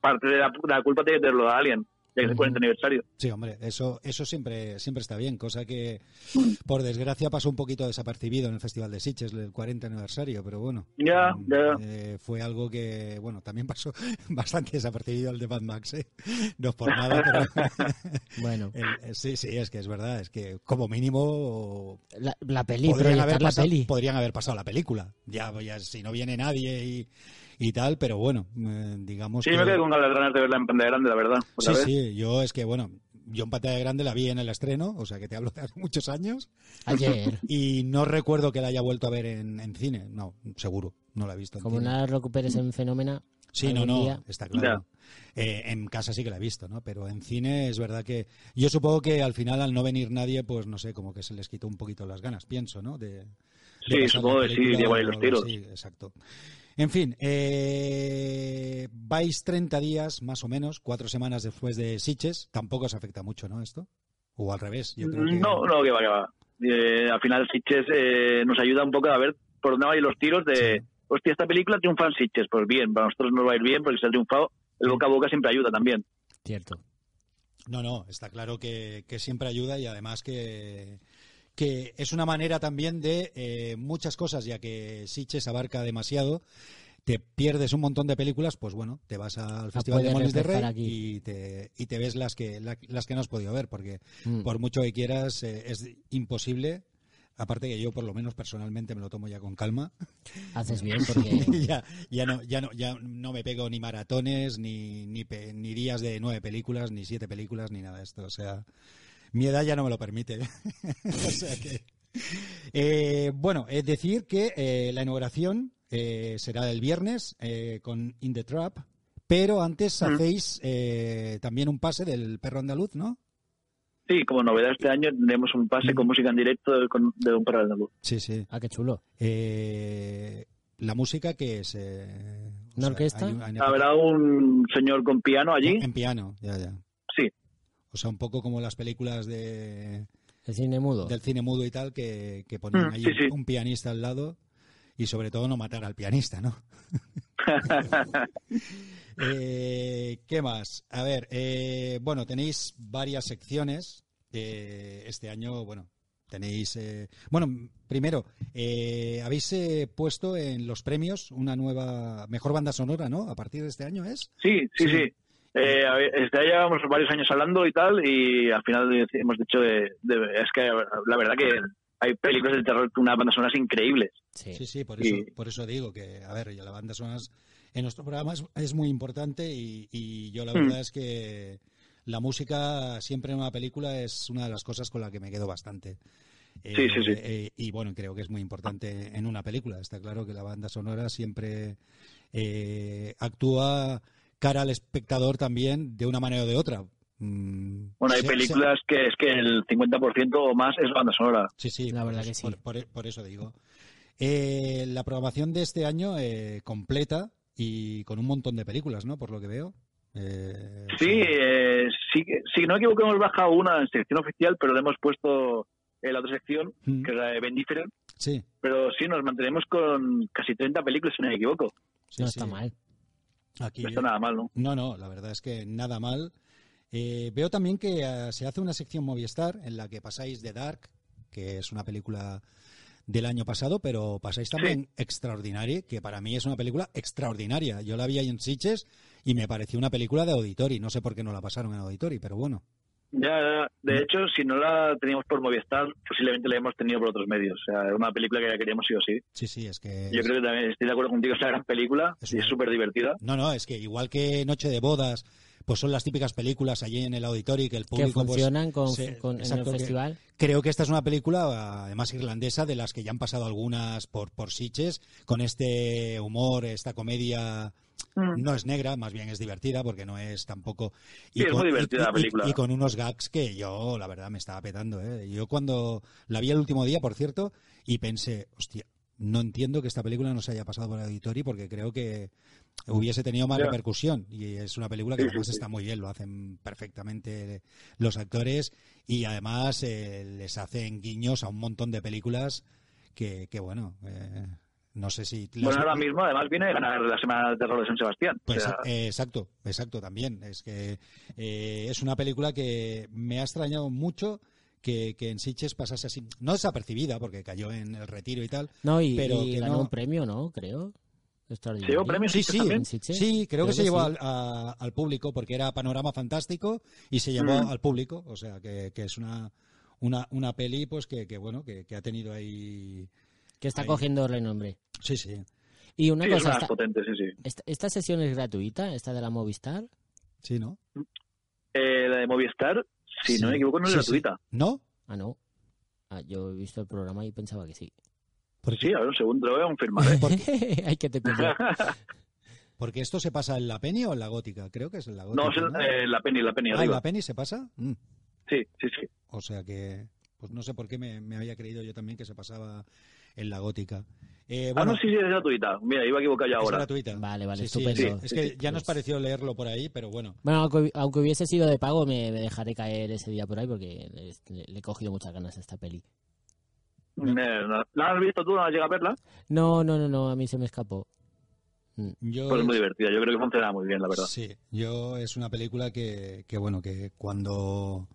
[SPEAKER 5] parte de la, la culpa tiene que tenerlo a alguien, ya que es el 40 aniversario.
[SPEAKER 1] Sí, hombre, eso, eso siempre, siempre está bien, cosa que por desgracia pasó un poquito desapercibido en el Festival de Sitges, el 40 aniversario, pero bueno.
[SPEAKER 5] Ya,
[SPEAKER 1] Mm,
[SPEAKER 5] ya.
[SPEAKER 1] eh, fue algo que, bueno, también pasó bastante desapercibido el de Mad Max, ¿eh? No es por nada, pero...
[SPEAKER 2] Bueno,
[SPEAKER 1] el- eh, sí, sí, es que es verdad, es que como mínimo
[SPEAKER 2] la, la peli,
[SPEAKER 1] podrían haber,
[SPEAKER 2] proyectar la
[SPEAKER 1] pasado,
[SPEAKER 2] peli.
[SPEAKER 1] podrían haber pasado la película, ya, ya si no viene nadie y, y tal, pero bueno, eh, digamos
[SPEAKER 5] Sí,
[SPEAKER 1] que...
[SPEAKER 5] me quedé con las ganas de verla en pantalla grande, la verdad.
[SPEAKER 1] Sí,
[SPEAKER 5] otra vez.
[SPEAKER 1] sí, yo es que, bueno, yo en Pantalla Grande la vi en el estreno, o sea que te hablo de hace muchos años,
[SPEAKER 2] Ayer.
[SPEAKER 1] y no recuerdo que la haya vuelto a ver en, en cine, no, seguro, no la he visto en
[SPEAKER 2] Como
[SPEAKER 1] cine.
[SPEAKER 2] no la recuperes en fenómena,
[SPEAKER 1] Sí, no,
[SPEAKER 2] algún
[SPEAKER 1] no,
[SPEAKER 2] día.
[SPEAKER 1] está claro. Eh, en casa sí que la he visto, ¿no? Pero en cine es verdad que yo supongo que al final al no venir nadie, pues no sé, como que se les quitó un poquito las ganas, pienso, ¿no? De, de
[SPEAKER 5] Sí,
[SPEAKER 1] pasar la
[SPEAKER 5] supongo que sí,
[SPEAKER 1] película
[SPEAKER 5] de igual
[SPEAKER 1] o
[SPEAKER 5] los
[SPEAKER 1] algo
[SPEAKER 5] tiros.
[SPEAKER 1] así, exacto. En fin, eh, vais 30 días más o menos, cuatro semanas después de Siches, tampoco os afecta mucho, ¿no? Esto. O al revés, yo creo que...
[SPEAKER 5] No, no, que va, que va. Eh, al final Sitches eh, nos ayuda un poco a ver por dónde van a ir los tiros de,
[SPEAKER 1] Sí.
[SPEAKER 5] hostia, esta película triunfa en Sitches, pues bien, para nosotros nos va a ir bien porque si ha triunfado, el boca a boca siempre ayuda también.
[SPEAKER 2] cierto.
[SPEAKER 1] No, no, está claro que, que siempre ayuda y además que, que es una manera también de eh, muchas cosas, ya que Sitges abarca demasiado, te pierdes un montón de películas, pues bueno, te vas al Festival de
[SPEAKER 2] poder
[SPEAKER 1] Molins de Rey
[SPEAKER 2] refrescar aquí.
[SPEAKER 1] y te, y te ves las que, la- las que no has podido ver, porque
[SPEAKER 2] Mm.
[SPEAKER 1] por mucho que quieras eh, es imposible. Aparte que yo por lo menos personalmente me lo tomo ya con calma.
[SPEAKER 2] Haces bien porque...
[SPEAKER 1] ya, ya no, ya no, ya no me pego ni maratones, ni, ni, pe- ni días de nueve películas, ni siete películas, ni nada de esto. O sea, mi edad ya no me lo permite. o sea que. Eh, bueno, es decir que eh, la inauguración eh, será el viernes eh, con In the Trap, pero antes hacéis eh, también un pase del perro andaluz, ¿no?
[SPEAKER 5] Sí, como novedad este año tendremos un
[SPEAKER 1] Mm.
[SPEAKER 5] pase con música en directo de, con- de un perro de luz.
[SPEAKER 1] Sí, sí.
[SPEAKER 2] Ah, qué chulo.
[SPEAKER 1] Eh, la música que es. eh, o
[SPEAKER 2] ¿Una orquesta?
[SPEAKER 1] hay un- hay una-
[SPEAKER 5] Habrá un señor con piano allí.
[SPEAKER 1] En piano, ya, ya.
[SPEAKER 5] Sí,
[SPEAKER 1] O sea, un poco como las películas de,
[SPEAKER 2] El cine mudo.
[SPEAKER 1] del cine mudo y tal, que, que ponían
[SPEAKER 5] Mm,
[SPEAKER 1] ahí
[SPEAKER 5] sí, sí.
[SPEAKER 1] un pianista al lado y sobre todo no matar al pianista, ¿no? Eh, ¿Qué más? A ver, eh, bueno, tenéis varias secciones. eh, este año, bueno, tenéis... eh, bueno, primero, eh, habéis eh, puesto en los premios una nueva, mejor banda sonora, ¿no? A partir de este año es.
[SPEAKER 5] sí,
[SPEAKER 1] Sí.
[SPEAKER 5] sí. sí. Eh, a ver, desde ahí llevamos varios años hablando y tal, y al final dec- hemos dicho, de- de- es que la verdad que hay películas de terror con unas bandas sonoras increíbles.
[SPEAKER 2] Sí.
[SPEAKER 1] Sí, sí, por
[SPEAKER 5] Sí.
[SPEAKER 1] eso, por eso digo que, a ver, ya la banda sonora es- en nuestro programa es, es muy importante y, y yo la
[SPEAKER 5] Mm.
[SPEAKER 1] verdad es que la música siempre en una película es una de las cosas con la que me quedo bastante.
[SPEAKER 5] Sí, sí, sí.
[SPEAKER 1] eh, y bueno, creo que es muy importante en una película. Está claro que la banda sonora siempre eh, actúa cara al espectador también de una manera o de otra. Mm,
[SPEAKER 5] Bueno, hay
[SPEAKER 1] se- se-
[SPEAKER 5] películas que es que el 50% o más es banda sonora.
[SPEAKER 1] Sí, sí,
[SPEAKER 2] La
[SPEAKER 1] por
[SPEAKER 2] verdad
[SPEAKER 1] eso-
[SPEAKER 2] que sí.
[SPEAKER 1] Por, por- por eso digo. Eh, la programación de este año eh, completa y con un montón de películas, ¿no? Por lo que veo. Eh, o
[SPEAKER 5] Sí,
[SPEAKER 1] sea,
[SPEAKER 5] eh, sí que- si no me equivoco, hemos bajado una en sección oficial, pero le hemos puesto en la otra sección,
[SPEAKER 1] mm,
[SPEAKER 5] que es la de Ben Different,
[SPEAKER 1] sí,
[SPEAKER 5] pero sí, nos mantenemos con casi 30 películas, si no me equivoco.
[SPEAKER 1] sí,
[SPEAKER 2] No
[SPEAKER 1] sí.
[SPEAKER 2] está mal.
[SPEAKER 1] Aquí,
[SPEAKER 5] No está nada mal, ¿no?
[SPEAKER 1] no, no, la verdad es que nada mal. Eh, veo también que eh, se hace una sección Movistar en la que pasáis de Dark, que es una película del año pasado, pero pasáis también Extraordinary, que para mí es una película extraordinaria. Yo la vi ahí en Sitges y me pareció una película de Auditori. No sé por qué no la pasaron en Auditori, pero bueno.
[SPEAKER 5] Ya, ya, de hecho, si no la teníamos por Movistar, posiblemente la hemos tenido por otros medios. O sea, era una película que ya queríamos sí o sí.
[SPEAKER 1] Sí, sí, es que...
[SPEAKER 5] Yo creo que también estoy de acuerdo contigo, es una gran película
[SPEAKER 1] Es
[SPEAKER 5] y es
[SPEAKER 1] una-
[SPEAKER 5] súper divertida.
[SPEAKER 1] No, no, es que igual que Noche de Bodas, pues son las típicas películas allí en el auditorio y que el público... pues,
[SPEAKER 2] funcionan con- con- en el
[SPEAKER 1] exacto, que-
[SPEAKER 2] festival.
[SPEAKER 1] creo que esta es una película, además irlandesa, de las que ya han pasado algunas por, por Sitges, con este humor, esta comedia...
[SPEAKER 5] Mm.
[SPEAKER 1] No es negra, más bien es divertida porque no es tampoco.
[SPEAKER 5] Sí, es muy divertida la película.
[SPEAKER 1] y con unos gags que yo, la verdad, me estaba petando. ¿eh? Yo cuando la vi el último día, por cierto, y pensé, hostia, no entiendo que esta película no se haya pasado por el auditorio porque creo que hubiese tenido más
[SPEAKER 5] Ya.
[SPEAKER 1] repercusión. Y es una película que
[SPEAKER 5] Sí, sí,
[SPEAKER 1] además
[SPEAKER 5] sí.
[SPEAKER 1] está muy bien, lo hacen perfectamente los actores y además eh, les hacen guiños a un montón de películas que, que bueno, eh, no sé si... las-
[SPEAKER 5] Bueno, ahora mismo además viene a ganar la Semana de Terror de San Sebastián. O
[SPEAKER 1] pues
[SPEAKER 5] sea,
[SPEAKER 1] eh, exacto, exacto también. Es que eh, es una película que me ha extrañado mucho que, que en Sitges pasase así, no desapercibida porque cayó en el retiro y tal.
[SPEAKER 2] No, y,
[SPEAKER 1] pero
[SPEAKER 2] y
[SPEAKER 1] que
[SPEAKER 2] ganó
[SPEAKER 1] no-
[SPEAKER 2] un premio, ¿no? Creo.
[SPEAKER 5] ¿Se llevó premios
[SPEAKER 1] Sí,
[SPEAKER 5] Sitges
[SPEAKER 1] sí,
[SPEAKER 5] también?
[SPEAKER 2] en Sitges.
[SPEAKER 1] Sí, creo, que, se
[SPEAKER 2] que
[SPEAKER 1] llevó
[SPEAKER 2] sí.
[SPEAKER 1] al, a- al público porque era panorama fantástico y se llevó
[SPEAKER 5] Mm.
[SPEAKER 1] al público, o sea que, que es una, una una peli pues que, que bueno que, que ha tenido ahí
[SPEAKER 2] Que está
[SPEAKER 1] Ahí.
[SPEAKER 2] cogiendo renombre.
[SPEAKER 1] sí sí
[SPEAKER 2] Y una
[SPEAKER 5] sí, es
[SPEAKER 2] cosa,
[SPEAKER 5] una
[SPEAKER 2] esta,
[SPEAKER 5] potente, sí, sí.
[SPEAKER 2] esta- esta sesión es gratuita, esta de la Movistar.
[SPEAKER 1] sí no
[SPEAKER 5] Eh, la de Movistar, si
[SPEAKER 1] Sí.
[SPEAKER 5] no me equivoco, no es
[SPEAKER 1] Sí, sí.
[SPEAKER 5] gratuita.
[SPEAKER 1] no
[SPEAKER 2] Ah, no. Ah, yo he visto el programa y pensaba que sí.
[SPEAKER 1] porque
[SPEAKER 5] Sí, a ver, un segundo, lo voy a confirmar. ¿eh?
[SPEAKER 2] Hay que te pillo.
[SPEAKER 1] porque esto se pasa en la peni o en la gótica creo que es en la gótica
[SPEAKER 5] No, es el- eh, la Penny, la Penny
[SPEAKER 1] Ah, en
[SPEAKER 5] arriba.
[SPEAKER 1] la peni se pasa Mm.
[SPEAKER 5] Sí, sí, sí.
[SPEAKER 1] O sea que, pues no sé por qué me, me había creído yo también que se pasaba en la gótica. Eh,
[SPEAKER 5] Ah,
[SPEAKER 1] bueno,
[SPEAKER 5] no, sí, sí, es gratuita. Mira, iba equivocado ya
[SPEAKER 1] es
[SPEAKER 5] ahora.
[SPEAKER 1] gratuita.
[SPEAKER 2] Vale,
[SPEAKER 1] Sí,
[SPEAKER 2] vale,
[SPEAKER 1] sí,
[SPEAKER 2] estupendo.
[SPEAKER 1] sí. Es que
[SPEAKER 5] Sí,
[SPEAKER 1] ya nos
[SPEAKER 2] pues-
[SPEAKER 1] pareció leerlo por ahí, pero bueno.
[SPEAKER 2] Bueno, aunque, aunque hubiese sido de pago, me, me dejaré caer ese día por ahí porque es- le, le he cogido muchas ganas a esta peli.
[SPEAKER 5] Eh, no- ¿La has visto tú? ¿No has llegado a verla? Pues
[SPEAKER 2] No, no, no, no, a mí se me escapó.
[SPEAKER 1] Yo,
[SPEAKER 5] Pues es muy divertida. Yo creo que funciona muy bien, la verdad.
[SPEAKER 1] Sí, yo es una película que, que bueno, que cuando,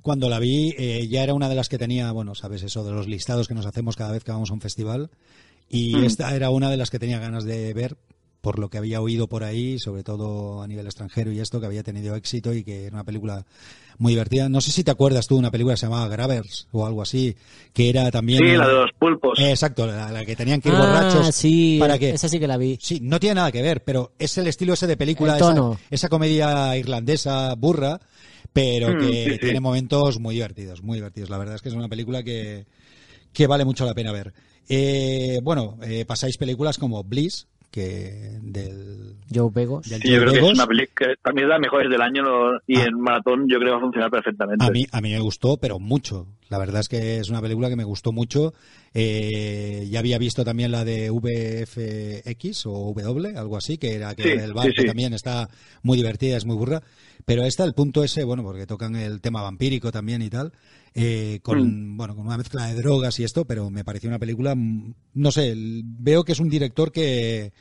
[SPEAKER 1] cuando la vi eh, ya era una de las que tenía, bueno, sabes eso de los listados que nos hacemos cada vez que vamos a un festival y
[SPEAKER 5] Mm.
[SPEAKER 1] esta era una de las que tenía ganas de ver por lo que había oído por ahí, sobre todo a nivel extranjero y esto, que había tenido éxito y que era una película muy divertida. No sé si te acuerdas tú de una película que se llamaba Gravers o algo así, que era también...
[SPEAKER 5] Sí, la de los pulpos.
[SPEAKER 1] Eh, Exacto, la, la que tenían que ir
[SPEAKER 2] Ah,
[SPEAKER 1] borrachos.
[SPEAKER 2] sí,
[SPEAKER 1] ¿Para qué?
[SPEAKER 2] esa sí que la vi.
[SPEAKER 1] Sí, no tiene nada que ver, pero es el estilo ese de película,
[SPEAKER 2] El
[SPEAKER 1] esa-
[SPEAKER 2] tono.
[SPEAKER 1] Esa, comedia irlandesa burra, pero
[SPEAKER 5] Mm,
[SPEAKER 1] que
[SPEAKER 5] sí, sí.
[SPEAKER 1] tiene momentos muy divertidos, muy divertidos. La verdad es que es una película que, que vale mucho la pena ver. Eh, bueno, eh, pasáis películas como Bliss, que del...
[SPEAKER 2] Joe Pegos.
[SPEAKER 1] del
[SPEAKER 5] Sí, yo
[SPEAKER 1] Joe
[SPEAKER 5] creo que es
[SPEAKER 1] Vegas.
[SPEAKER 5] una película que también es de las mejores del año lo- y
[SPEAKER 1] Ah.
[SPEAKER 5] en maratón yo creo que va a funcionar perfectamente.
[SPEAKER 1] A mí, a mí me gustó, pero mucho. La verdad es que es una película que me gustó mucho. Eh, ya había visto también la de VFX o W, algo así, que era que
[SPEAKER 5] Sí,
[SPEAKER 1] era del bar,
[SPEAKER 5] sí,
[SPEAKER 1] que
[SPEAKER 5] sí.
[SPEAKER 1] también está muy divertida, es muy burra. Pero esta, el punto ese, bueno, porque tocan el tema vampírico también y tal, eh, con,
[SPEAKER 5] Mm.
[SPEAKER 1] bueno, con una mezcla de drogas y esto, pero me pareció una película, mm, no sé, el- veo que es un director que,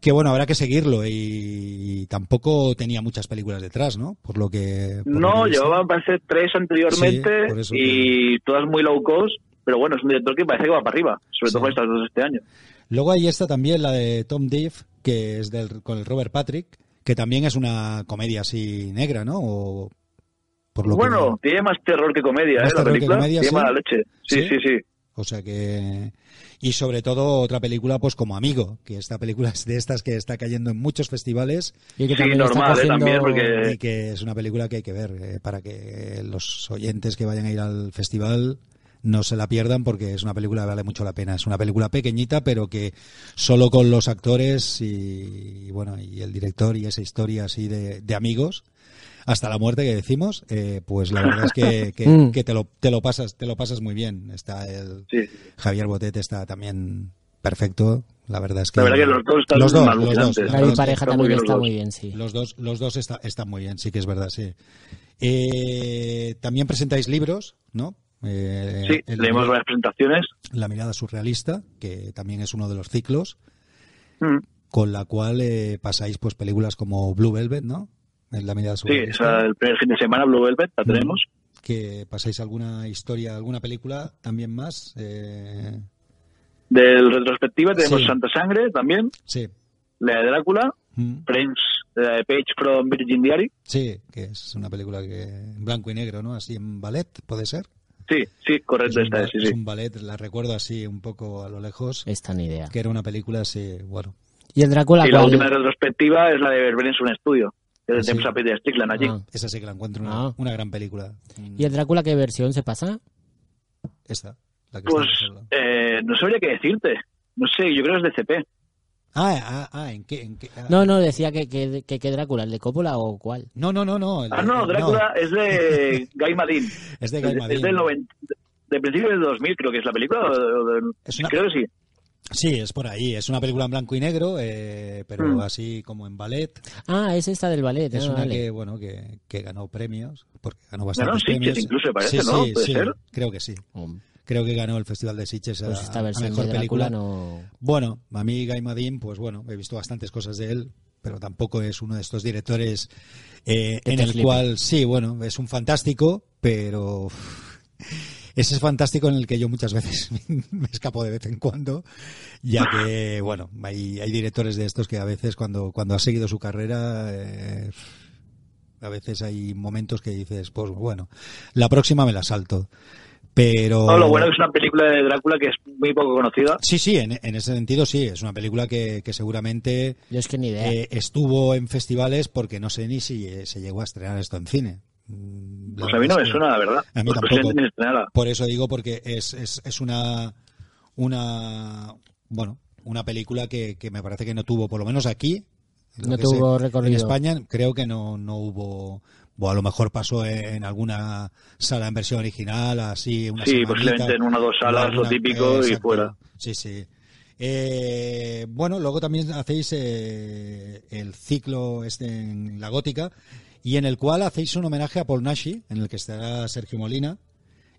[SPEAKER 1] que bueno, habrá que seguirlo y tampoco tenía muchas películas detrás, ¿no? Por lo que... por lo
[SPEAKER 5] no,
[SPEAKER 1] que he visto.
[SPEAKER 5] llevaba, me parece, tres anteriormente
[SPEAKER 1] Sí, por eso
[SPEAKER 5] y todas muy low cost, pero bueno, es un director que parece que va para arriba, sobre
[SPEAKER 1] Sí.
[SPEAKER 5] todo con estas dos este año.
[SPEAKER 1] Luego hay esta también, la de Tom Diff, que es del, con el Robert Patrick, que también es una comedia así negra, ¿no? O por lo que-
[SPEAKER 5] Bueno, tiene más terror que comedia,
[SPEAKER 1] Más
[SPEAKER 5] ¿eh? La
[SPEAKER 1] terror que
[SPEAKER 5] película
[SPEAKER 1] comedia,
[SPEAKER 5] tiene
[SPEAKER 1] ¿sí?
[SPEAKER 5] mala leche. Sí,
[SPEAKER 1] ¿Sí?
[SPEAKER 5] sí, sí.
[SPEAKER 1] o sea que y sobre todo otra película pues como Amigo, que esta película es de estas que está cayendo en muchos festivales
[SPEAKER 2] Y
[SPEAKER 5] Sí, normal, ¿eh? También, porque-
[SPEAKER 1] y que es una película que hay que ver eh, para que los oyentes que vayan a ir al festival no se la pierdan porque es una película que vale mucho la pena. Es una película pequeñita, pero que solo con los actores y, y bueno, y el director y esa historia así de, de amigos hasta la muerte que decimos, eh, pues la verdad es que,
[SPEAKER 5] Mm.
[SPEAKER 1] que- que te lo te lo pasas te lo pasas muy bien. Está el
[SPEAKER 5] sí, sí.
[SPEAKER 1] Javier Botet está también perfecto. La verdad es que
[SPEAKER 5] La verdad que los dos están
[SPEAKER 1] los dos, los dos,
[SPEAKER 5] alucinantes.
[SPEAKER 1] la
[SPEAKER 2] La
[SPEAKER 1] verdad
[SPEAKER 2] vi
[SPEAKER 1] es que-
[SPEAKER 2] pareja
[SPEAKER 5] está muy
[SPEAKER 2] también
[SPEAKER 5] bien
[SPEAKER 2] está
[SPEAKER 5] los
[SPEAKER 2] muy
[SPEAKER 5] dos.
[SPEAKER 2] bien, sí.
[SPEAKER 1] los dos, los dos está- están muy bien, sí que es verdad, sí. Eh, también presentáis libros, ¿no? Eh,
[SPEAKER 5] Sí,
[SPEAKER 1] el-
[SPEAKER 5] leímos varias presentaciones.
[SPEAKER 1] La mirada surrealista, que también es uno de los ciclos,
[SPEAKER 5] Mm.
[SPEAKER 1] con la cual eh, pasáis pues películas como Blue Velvet, ¿no? En la mirada
[SPEAKER 5] Sí, o sea,
[SPEAKER 1] surrealista.
[SPEAKER 5] el primer fin de semana, Blue Velvet, la
[SPEAKER 1] Mm.
[SPEAKER 5] tenemos.
[SPEAKER 1] que pasáis alguna historia, alguna película también más. Eh,
[SPEAKER 5] Del retrospectiva tenemos
[SPEAKER 1] Sí.
[SPEAKER 5] Santa Sangre también,
[SPEAKER 1] sí.
[SPEAKER 5] la de Drácula,
[SPEAKER 1] Mm.
[SPEAKER 5] Prince, la de Page from Virgin Diary.
[SPEAKER 1] Sí, que es una película que en blanco y negro, ¿no? Así en ballet, ¿puede ser?
[SPEAKER 5] Sí, sí, correcto,
[SPEAKER 1] es, un,
[SPEAKER 5] esta
[SPEAKER 1] ba-
[SPEAKER 5] es, sí,
[SPEAKER 1] es
[SPEAKER 5] sí.
[SPEAKER 1] un ballet, la recuerdo así un poco a lo lejos,
[SPEAKER 2] Esta ni idea.
[SPEAKER 1] que era una película así, bueno.
[SPEAKER 2] ¿Y el Drácula
[SPEAKER 5] Y la
[SPEAKER 2] cuál?
[SPEAKER 5] última retrospectiva es la de Verbenes un estudio, que
[SPEAKER 1] Ah, Sí.
[SPEAKER 5] tenemos a Peter Strickland allí.
[SPEAKER 2] Ah.
[SPEAKER 1] Esa sí que la encuentro una,
[SPEAKER 2] Ah.
[SPEAKER 1] una gran película. Mm,
[SPEAKER 2] ¿Y el Drácula qué versión se pasa?
[SPEAKER 1] Esta, la que
[SPEAKER 5] Pues
[SPEAKER 1] estamos hablando.
[SPEAKER 5] eh, no sabría qué decirte. No sé, yo creo que es de CP.
[SPEAKER 1] Ah, ah, ah, ¿en qué? en qué? Ah,
[SPEAKER 2] No, no, decía que que, que- que Drácula, el de Coppola o cuál.
[SPEAKER 1] no, no, no, no. el-
[SPEAKER 5] Ah, no,
[SPEAKER 1] el-
[SPEAKER 5] Drácula es de Guy Madin.
[SPEAKER 1] es de Guy
[SPEAKER 5] Es,
[SPEAKER 1] Madin.
[SPEAKER 5] del 90, de principio del 2000 creo que es la película. o de- o de-
[SPEAKER 1] Es una-
[SPEAKER 5] Creo que sí.
[SPEAKER 1] Sí, es por ahí. Es una película en blanco y negro, eh, pero
[SPEAKER 5] Mm.
[SPEAKER 1] así como en ballet.
[SPEAKER 2] Ah, es esta del ballet.
[SPEAKER 1] Es
[SPEAKER 2] ah,
[SPEAKER 1] una
[SPEAKER 2] vale.
[SPEAKER 1] que, bueno, que, que ganó premios, porque ganó bastantes
[SPEAKER 5] Sitges
[SPEAKER 1] premios.
[SPEAKER 5] incluso, me parece, ¿no?
[SPEAKER 1] Sí,
[SPEAKER 5] ¿Puede
[SPEAKER 1] sí,
[SPEAKER 5] ser?
[SPEAKER 1] creo que sí.
[SPEAKER 2] Um,
[SPEAKER 1] Creo que ganó el Festival de Sitges a,
[SPEAKER 2] Pues esta
[SPEAKER 1] a
[SPEAKER 2] versión
[SPEAKER 1] mejor
[SPEAKER 2] de Drácula
[SPEAKER 1] película.
[SPEAKER 2] no...
[SPEAKER 1] Bueno, a mí Guy Madin, pues bueno, he visto bastantes cosas de él, pero tampoco es uno de estos directores eh,
[SPEAKER 2] Que
[SPEAKER 1] en
[SPEAKER 2] te
[SPEAKER 1] el
[SPEAKER 2] flipe.
[SPEAKER 1] cual, sí, bueno, es un fantástico, pero uff, ese es fantástico en el que yo muchas veces me escapo de vez en cuando, ya que, bueno, hay, hay directores de estos que a veces cuando, cuando has seguido su carrera... eh, a veces hay momentos que dices, pues bueno, la próxima me la salto. Pero.
[SPEAKER 5] No, Oh, lo bueno es que es una película de Drácula que es muy poco conocida.
[SPEAKER 1] Sí, sí, en, en ese sentido sí, es una película que, que seguramente
[SPEAKER 2] Yo es que ni idea.
[SPEAKER 1] eh, estuvo en festivales porque no sé ni si eh, se llegó a estrenar esto en cine. Mm, la
[SPEAKER 5] Pues a mí
[SPEAKER 1] verdad
[SPEAKER 5] no me
[SPEAKER 1] es que-
[SPEAKER 5] suena, la verdad.
[SPEAKER 1] A mí
[SPEAKER 5] Pues
[SPEAKER 1] tampoco.
[SPEAKER 5] posiblemente ni estrenara.
[SPEAKER 1] Por eso digo, porque es, es, es una, una, bueno, una película que, que me parece que no tuvo, por lo menos aquí, en lo
[SPEAKER 2] No
[SPEAKER 1] que
[SPEAKER 2] tuvo
[SPEAKER 1] En
[SPEAKER 2] recorrido.
[SPEAKER 1] España creo que no, no hubo, o a lo mejor pasó en alguna sala en versión original, así, una
[SPEAKER 5] Sí,
[SPEAKER 1] semanita,
[SPEAKER 5] posiblemente en una o dos salas,
[SPEAKER 1] alguna-
[SPEAKER 5] lo típico, y
[SPEAKER 1] exacto.
[SPEAKER 5] fuera.
[SPEAKER 1] Sí, sí. Eh, bueno, luego también hacéis eh, el ciclo este en la gótica y en el cual hacéis un homenaje a Paul Nashi, en el que estará Sergio Molina.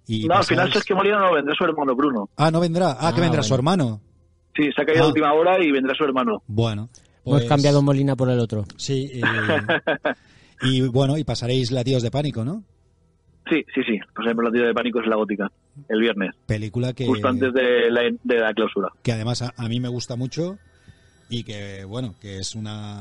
[SPEAKER 1] Y
[SPEAKER 5] No, al final
[SPEAKER 1] pasáis-
[SPEAKER 5] Sergio Molina no vendrá su hermano Bruno.
[SPEAKER 1] Ah, no vendrá. Ah, que
[SPEAKER 2] Ah,
[SPEAKER 1] vendrá
[SPEAKER 2] bueno.
[SPEAKER 1] su hermano.
[SPEAKER 5] Sí, se ha caído
[SPEAKER 1] Ah.
[SPEAKER 5] a última hora y vendrá su hermano.
[SPEAKER 1] Bueno. pues
[SPEAKER 2] Hemos cambiado Molina por el otro.
[SPEAKER 1] Sí. eh, y bueno, y pasaréis Latidos de Pánico, ¿no?
[SPEAKER 5] Sí, sí, sí. Por ejemplo, la tira de pánico es la gótica. El viernes,
[SPEAKER 1] Película que,
[SPEAKER 5] justo antes de la, de la clausura.
[SPEAKER 1] que además a, a mí me gusta mucho y que, bueno, que es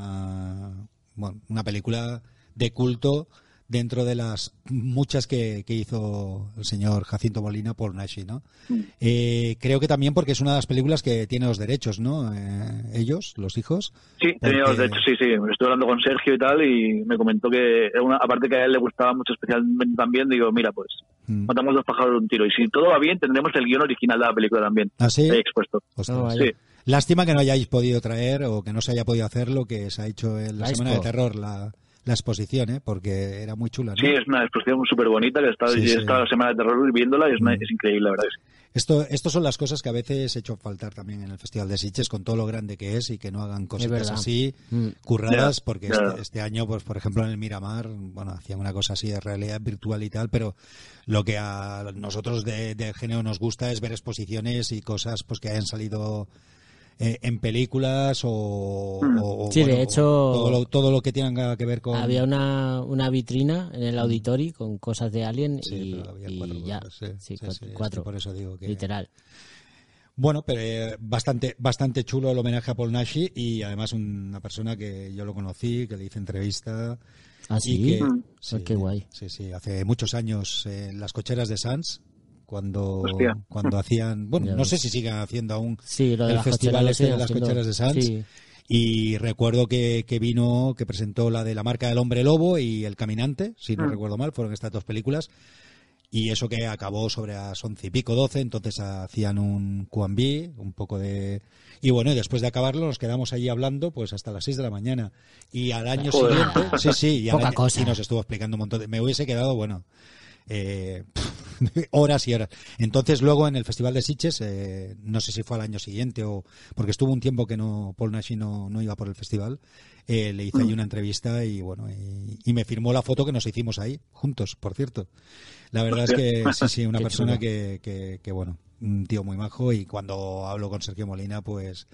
[SPEAKER 1] una, bueno, una película de culto dentro de las muchas que, que hizo el señor Jacinto Molina por Nashi, ¿no?
[SPEAKER 5] Mm.
[SPEAKER 1] Eh, creo que también porque es una de las películas que tiene los derechos, ¿no? Eh, ellos, los hijos.
[SPEAKER 5] Sí, teníamos,
[SPEAKER 1] Porque-
[SPEAKER 5] de hecho, sí, sí. Estuve hablando con Sergio y tal y me comentó que, era una, aparte que a él le gustaba mucho especialmente también, digo, mira, pues
[SPEAKER 1] Mm.
[SPEAKER 5] matamos dos pájaros de un tiro. Y si todo va bien, tendremos el guión original de la película también.
[SPEAKER 1] Así.
[SPEAKER 5] ahí expuesto.
[SPEAKER 1] ¿Ah, Ostras.
[SPEAKER 2] No, vaya.
[SPEAKER 5] Sí.
[SPEAKER 1] Lástima que no hayáis podido traer o que no se haya podido hacer lo que se ha hecho en la,
[SPEAKER 2] La
[SPEAKER 1] Semana
[SPEAKER 2] expo.
[SPEAKER 1] de Terror, la, la exposición, ¿eh? porque era muy chula. ¿no?
[SPEAKER 5] Sí, es una exposición súper bonita que he estado,
[SPEAKER 1] Sí,
[SPEAKER 5] he
[SPEAKER 1] sí.
[SPEAKER 5] estado la semana de terror viéndola y es, una-
[SPEAKER 1] Mm.
[SPEAKER 5] es increíble, la verdad. que sí.
[SPEAKER 1] Esto, esto son las cosas que a veces he hecho faltar también en el Festival de Sitges, con todo lo grande que es y que no hagan cositas
[SPEAKER 2] verdad.
[SPEAKER 1] así,
[SPEAKER 2] Mm.
[SPEAKER 1] curradas,
[SPEAKER 5] Ya,
[SPEAKER 1] porque
[SPEAKER 5] ya.
[SPEAKER 1] Este, este año, pues por ejemplo en el Miramar, bueno, hacían una cosa así de realidad virtual y tal, pero lo que a nosotros de, de género nos gusta es ver exposiciones y cosas pues que hayan salido eh, en películas o,
[SPEAKER 5] Mm.
[SPEAKER 1] o- o,
[SPEAKER 2] Sí, de
[SPEAKER 1] bueno,
[SPEAKER 2] hecho-
[SPEAKER 1] todo lo, todo lo que tenga que ver con Mm.
[SPEAKER 2] Había una, una vitrina en el auditorio con cosas de Alien
[SPEAKER 1] Sí,
[SPEAKER 2] y,
[SPEAKER 1] pero había
[SPEAKER 2] y
[SPEAKER 1] cuatro
[SPEAKER 2] ya.
[SPEAKER 1] cosas, sí, sí,
[SPEAKER 2] Sí,
[SPEAKER 1] sí,
[SPEAKER 2] cuat-
[SPEAKER 1] es que
[SPEAKER 2] cuatro,
[SPEAKER 1] por eso digo que
[SPEAKER 2] literal.
[SPEAKER 1] Bueno, pero eh, bastante, bastante chulo el homenaje a Paul Nashi y además una persona que yo lo conocí, que le hice entrevista.
[SPEAKER 2] Así.
[SPEAKER 1] Y que,
[SPEAKER 5] Mm.
[SPEAKER 1] sí,
[SPEAKER 2] ¿Ah, qué guay.
[SPEAKER 1] Sí, sí, hace muchos años eh, en las cocheras de Sanz, cuando,
[SPEAKER 5] Hostia.
[SPEAKER 1] cuando hacían, bueno,
[SPEAKER 2] Ya
[SPEAKER 1] no
[SPEAKER 2] ves.
[SPEAKER 1] sé si sigan haciendo aún
[SPEAKER 2] Sí, lo de
[SPEAKER 1] el
[SPEAKER 2] las
[SPEAKER 1] festival
[SPEAKER 2] cocheras lo
[SPEAKER 1] ese de
[SPEAKER 2] siguen
[SPEAKER 1] las
[SPEAKER 2] haciendo.
[SPEAKER 1] cocheras de Sanz.
[SPEAKER 2] Sí.
[SPEAKER 1] Y recuerdo que, que vino, que presentó la de la marca del hombre lobo y El Caminante, si no
[SPEAKER 5] Mm.
[SPEAKER 1] recuerdo mal, fueron estas dos películas. Y eso que acabó sobre las once y pico, doce, entonces hacían un Q&B, un poco de... Y bueno, y después de acabarlo nos quedamos allí hablando pues hasta las seis de la mañana. Y al año
[SPEAKER 5] Joder.
[SPEAKER 1] siguiente... Sí, sí, y, al
[SPEAKER 2] Poca
[SPEAKER 1] año-
[SPEAKER 2] cosa.
[SPEAKER 1] y nos estuvo explicando un montón de... Me hubiese quedado, bueno, eh, horas y horas. Entonces luego en el Festival de Sitges, eh, no sé si fue al año siguiente o porque estuvo un tiempo que no Paul Nashi no, no iba por el festival, eh, le hice ahí una entrevista y bueno y, y me firmó la foto que nos hicimos ahí juntos, por cierto. La verdad es que sí, sí, una
[SPEAKER 2] Qué
[SPEAKER 1] persona
[SPEAKER 2] chulo.
[SPEAKER 1] que, que, que, bueno, un tío muy majo y cuando hablo con Sergio Molina, pues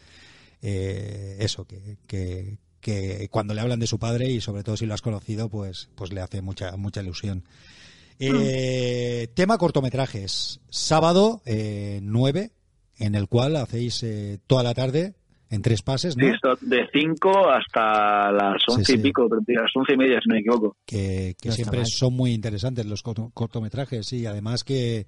[SPEAKER 1] eh, eso, que, que, que cuando le hablan de su padre y sobre todo si lo has conocido, pues, pues le hace mucha, mucha ilusión.
[SPEAKER 2] Mm.
[SPEAKER 1] Eh, Tema cortometrajes. Sábado eh, 9, en el cual hacéis eh, toda la tarde en tres pases,
[SPEAKER 5] Sí,
[SPEAKER 1] ¿no?
[SPEAKER 5] esto de 5 hasta las 11
[SPEAKER 1] Sí,
[SPEAKER 5] y
[SPEAKER 1] sí.
[SPEAKER 5] pico, pero las 11 y media, si no me equivoco.
[SPEAKER 1] que, que
[SPEAKER 2] No está
[SPEAKER 1] siempre
[SPEAKER 2] mal.
[SPEAKER 1] son muy interesantes los corto- cortometrajes y además que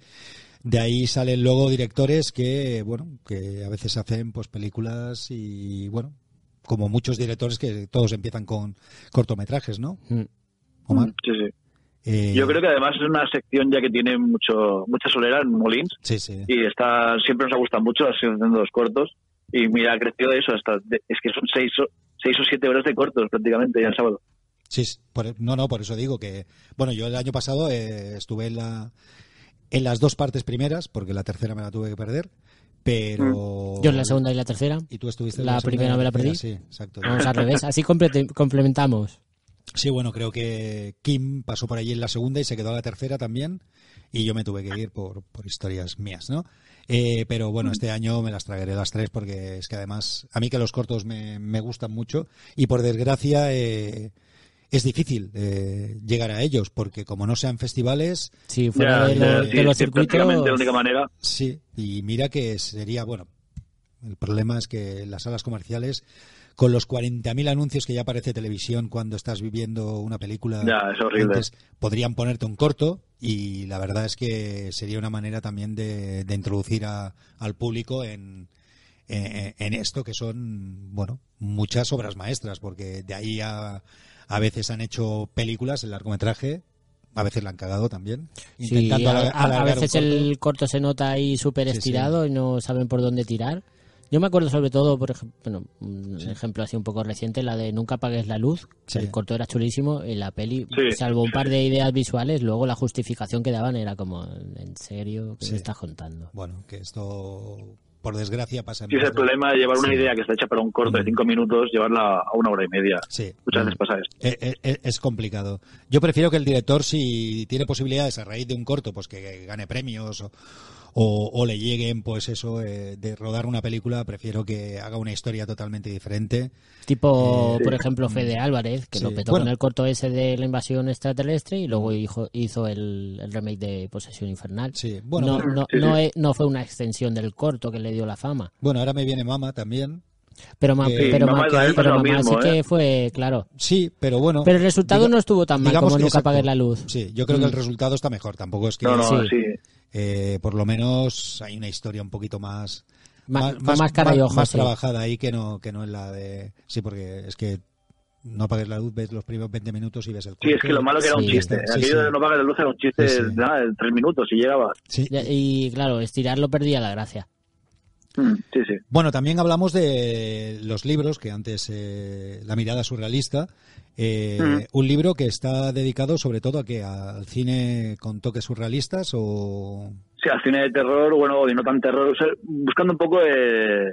[SPEAKER 1] de ahí salen luego directores que bueno que a veces hacen pues películas y bueno como muchos directores que todos empiezan con cortometrajes no
[SPEAKER 2] Mm.
[SPEAKER 1] Omar
[SPEAKER 5] Sí, sí.
[SPEAKER 1] Eh,
[SPEAKER 5] Yo creo que además es una sección ya que tiene mucho mucha solera en Molins
[SPEAKER 1] sí sí
[SPEAKER 5] y está siempre nos ha gustado mucho la sección de los cortos y mira, ha crecido eso hasta de- es que son 6 o, seis o 7 horas de cortos prácticamente ya el sábado.
[SPEAKER 1] Sí, sí, por- e, no, no, por eso digo que, bueno, yo el año pasado eh, estuve en, la, en las dos partes primeras, porque la tercera me la tuve que perder, pero...
[SPEAKER 2] Yo en la segunda y la tercera.
[SPEAKER 1] Y tú estuviste en
[SPEAKER 2] la
[SPEAKER 1] segunda y
[SPEAKER 2] primera me la
[SPEAKER 1] tercera,
[SPEAKER 2] perdí. Ah,
[SPEAKER 1] Sí, exacto.
[SPEAKER 2] Vamos al revés. Así complete- complementamos.
[SPEAKER 1] Sí, bueno, creo que Kim pasó por allí en la segunda y se quedó en la tercera también. Y yo me tuve que ir por, por historias mías, ¿no? Eh, pero bueno, este año me las tragaré las tres porque es que además a mí que los cortos me, me gustan mucho y por desgracia eh, es difícil eh, llegar a ellos porque como no sean festivales,
[SPEAKER 2] Si fuera
[SPEAKER 5] Ya,
[SPEAKER 2] de,
[SPEAKER 5] ya,
[SPEAKER 2] lo-
[SPEAKER 5] sí,
[SPEAKER 2] de los
[SPEAKER 5] sí, prácticamente la
[SPEAKER 2] circuitos.
[SPEAKER 5] única manera
[SPEAKER 1] sí, y mira que sería, bueno, el problema es que las salas comerciales con los 40.000 anuncios que ya aparece televisión cuando estás viviendo una película
[SPEAKER 5] Ya, es horrible.
[SPEAKER 1] antes, podrían ponerte un corto y la verdad es que sería una manera también de, de introducir a- al público en, en, en esto que son, bueno, muchas obras maestras, porque de ahí a, a veces han hecho películas, el largometraje, a veces la han cagado también.
[SPEAKER 2] Sí,
[SPEAKER 1] intentando
[SPEAKER 2] a,
[SPEAKER 1] alar-
[SPEAKER 2] a- a
[SPEAKER 1] alargar un
[SPEAKER 2] veces
[SPEAKER 1] corto.
[SPEAKER 2] el corto se nota ahí súper
[SPEAKER 1] Sí, sí.
[SPEAKER 2] estirado y no saben por dónde tirar. Yo me acuerdo sobre todo, por ejemplo, bueno, un ejemplo así un poco reciente, la de Nunca apagues la luz.
[SPEAKER 1] Sí.
[SPEAKER 2] El corto era chulísimo y la peli,
[SPEAKER 5] Sí.
[SPEAKER 2] salvo un par de ideas visuales, luego la justificación que daban era como, ¿en serio? ¿Qué
[SPEAKER 1] Sí.
[SPEAKER 2] me estás contando?
[SPEAKER 1] Bueno, que esto, por desgracia, pasa en
[SPEAKER 5] Sí, es el
[SPEAKER 1] más de-
[SPEAKER 5] problema de llevar una idea que está hecha para un corto de cinco minutos, llevarla a una hora y media.
[SPEAKER 1] Sí.
[SPEAKER 5] Muchas veces pasa esto.
[SPEAKER 1] Eh, eh, eh, Es complicado. Yo prefiero que el director, si tiene posibilidades a raíz de un corto, pues que gane premios o, o- o le lleguen, pues eso, eh, de rodar una película, prefiero que haga una historia totalmente diferente.
[SPEAKER 2] Tipo,
[SPEAKER 5] Sí.
[SPEAKER 2] por ejemplo, Fede Álvarez, que
[SPEAKER 1] Sí.
[SPEAKER 2] lo petó
[SPEAKER 1] Bueno.
[SPEAKER 2] con el corto ese de la invasión extraterrestre y luego hijo- hizo el, el remake de Posesión Infernal.
[SPEAKER 1] Sí, bueno,
[SPEAKER 2] no,
[SPEAKER 1] pero-
[SPEAKER 2] no,
[SPEAKER 5] Sí,
[SPEAKER 2] no
[SPEAKER 5] sí.
[SPEAKER 2] e- no fue una extensión del corto que le dio la fama.
[SPEAKER 1] Bueno, ahora me viene Mama también.
[SPEAKER 2] Pero, ma-
[SPEAKER 1] Sí,
[SPEAKER 2] pero, ma-
[SPEAKER 5] mamá y Israel
[SPEAKER 2] pero
[SPEAKER 5] pasa lo
[SPEAKER 2] mamá
[SPEAKER 5] mismo,
[SPEAKER 2] sí que
[SPEAKER 5] ¿eh?
[SPEAKER 2] fue, claro.
[SPEAKER 1] Sí, pero bueno.
[SPEAKER 2] Pero el resultado
[SPEAKER 1] diga-
[SPEAKER 2] no estuvo tan mal
[SPEAKER 1] digamos
[SPEAKER 2] como
[SPEAKER 1] que
[SPEAKER 2] nunca
[SPEAKER 1] exacto.
[SPEAKER 2] apagues la luz.
[SPEAKER 1] Sí, yo creo que el resultado está mejor. Tampoco es que
[SPEAKER 5] No, no,
[SPEAKER 2] Sí.
[SPEAKER 5] sí.
[SPEAKER 1] eh, por lo menos hay una historia un poquito más
[SPEAKER 2] Ma- con más cara y ojos,
[SPEAKER 1] más
[SPEAKER 2] sí.
[SPEAKER 1] trabajada ahí que no que no en la de sí porque es que no apagues la luz ves los primeros 20 minutos y ves el
[SPEAKER 5] Sí, es
[SPEAKER 1] corto.
[SPEAKER 5] que lo malo que era un
[SPEAKER 2] Sí,
[SPEAKER 5] chiste.
[SPEAKER 1] sí,
[SPEAKER 5] Aquello
[SPEAKER 1] sí.
[SPEAKER 5] de no pagar la luz era un chiste
[SPEAKER 1] Sí, sí.
[SPEAKER 5] de nada, de tres minutos y llegaba.
[SPEAKER 1] Sí.
[SPEAKER 2] Ya- Y claro, estirarlo perdía la gracia.
[SPEAKER 5] Mm, Sí, sí.
[SPEAKER 1] bueno también hablamos de los libros que antes eh, la mirada surrealista eh,
[SPEAKER 5] Mm.
[SPEAKER 1] un libro que está dedicado sobre todo a que al cine con toques surrealistas o
[SPEAKER 5] Sí, al cine de terror, bueno, y no tan terror. o sea, buscando un poco eh,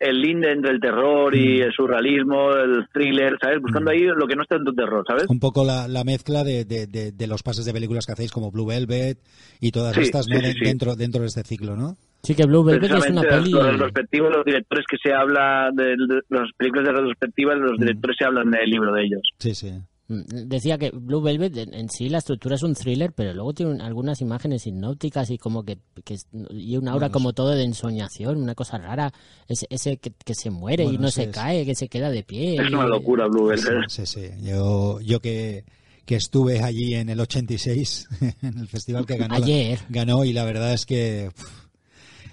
[SPEAKER 5] el linde entre el terror
[SPEAKER 1] Mm.
[SPEAKER 5] y el surrealismo, el thriller, ¿sabes? Buscando ahí lo que no es tanto terror, ¿sabes?
[SPEAKER 1] un poco la, la mezcla de, de- de- de los pases de películas que hacéis como Blue Velvet y todas
[SPEAKER 5] Sí,
[SPEAKER 1] estas ¿no?
[SPEAKER 5] sí, sí,
[SPEAKER 1] De-
[SPEAKER 5] sí.
[SPEAKER 1] dentro dentro de este ciclo no
[SPEAKER 2] Sí que Blue Velvet es una
[SPEAKER 5] precisamente
[SPEAKER 2] peli...
[SPEAKER 5] los, los retrospectivos, los directores que se habla de, de- las películas de retrospectivas,
[SPEAKER 1] Mm.
[SPEAKER 5] los directores se hablan del libro de ellos.
[SPEAKER 1] sí sí
[SPEAKER 2] Mm, Decía que Blue Velvet en, en sí la estructura es un thriller, pero luego tiene un- algunas imágenes hipnóticas y como que, que es- y una obra como todo de ensoñación, una cosa rara, ese, ese que, que se muere y
[SPEAKER 1] Bueno,
[SPEAKER 2] no
[SPEAKER 1] ese
[SPEAKER 2] se
[SPEAKER 1] es-
[SPEAKER 2] cae, que se queda de pie.
[SPEAKER 5] Es una
[SPEAKER 2] y-
[SPEAKER 5] locura, Blue
[SPEAKER 1] Sí,
[SPEAKER 5] Velvet.
[SPEAKER 1] sí, sí. Yo, yo que, que estuve allí en el 86, en el festival que ganó. la-
[SPEAKER 2] Ayer.
[SPEAKER 1] ganó y la verdad es que. uf,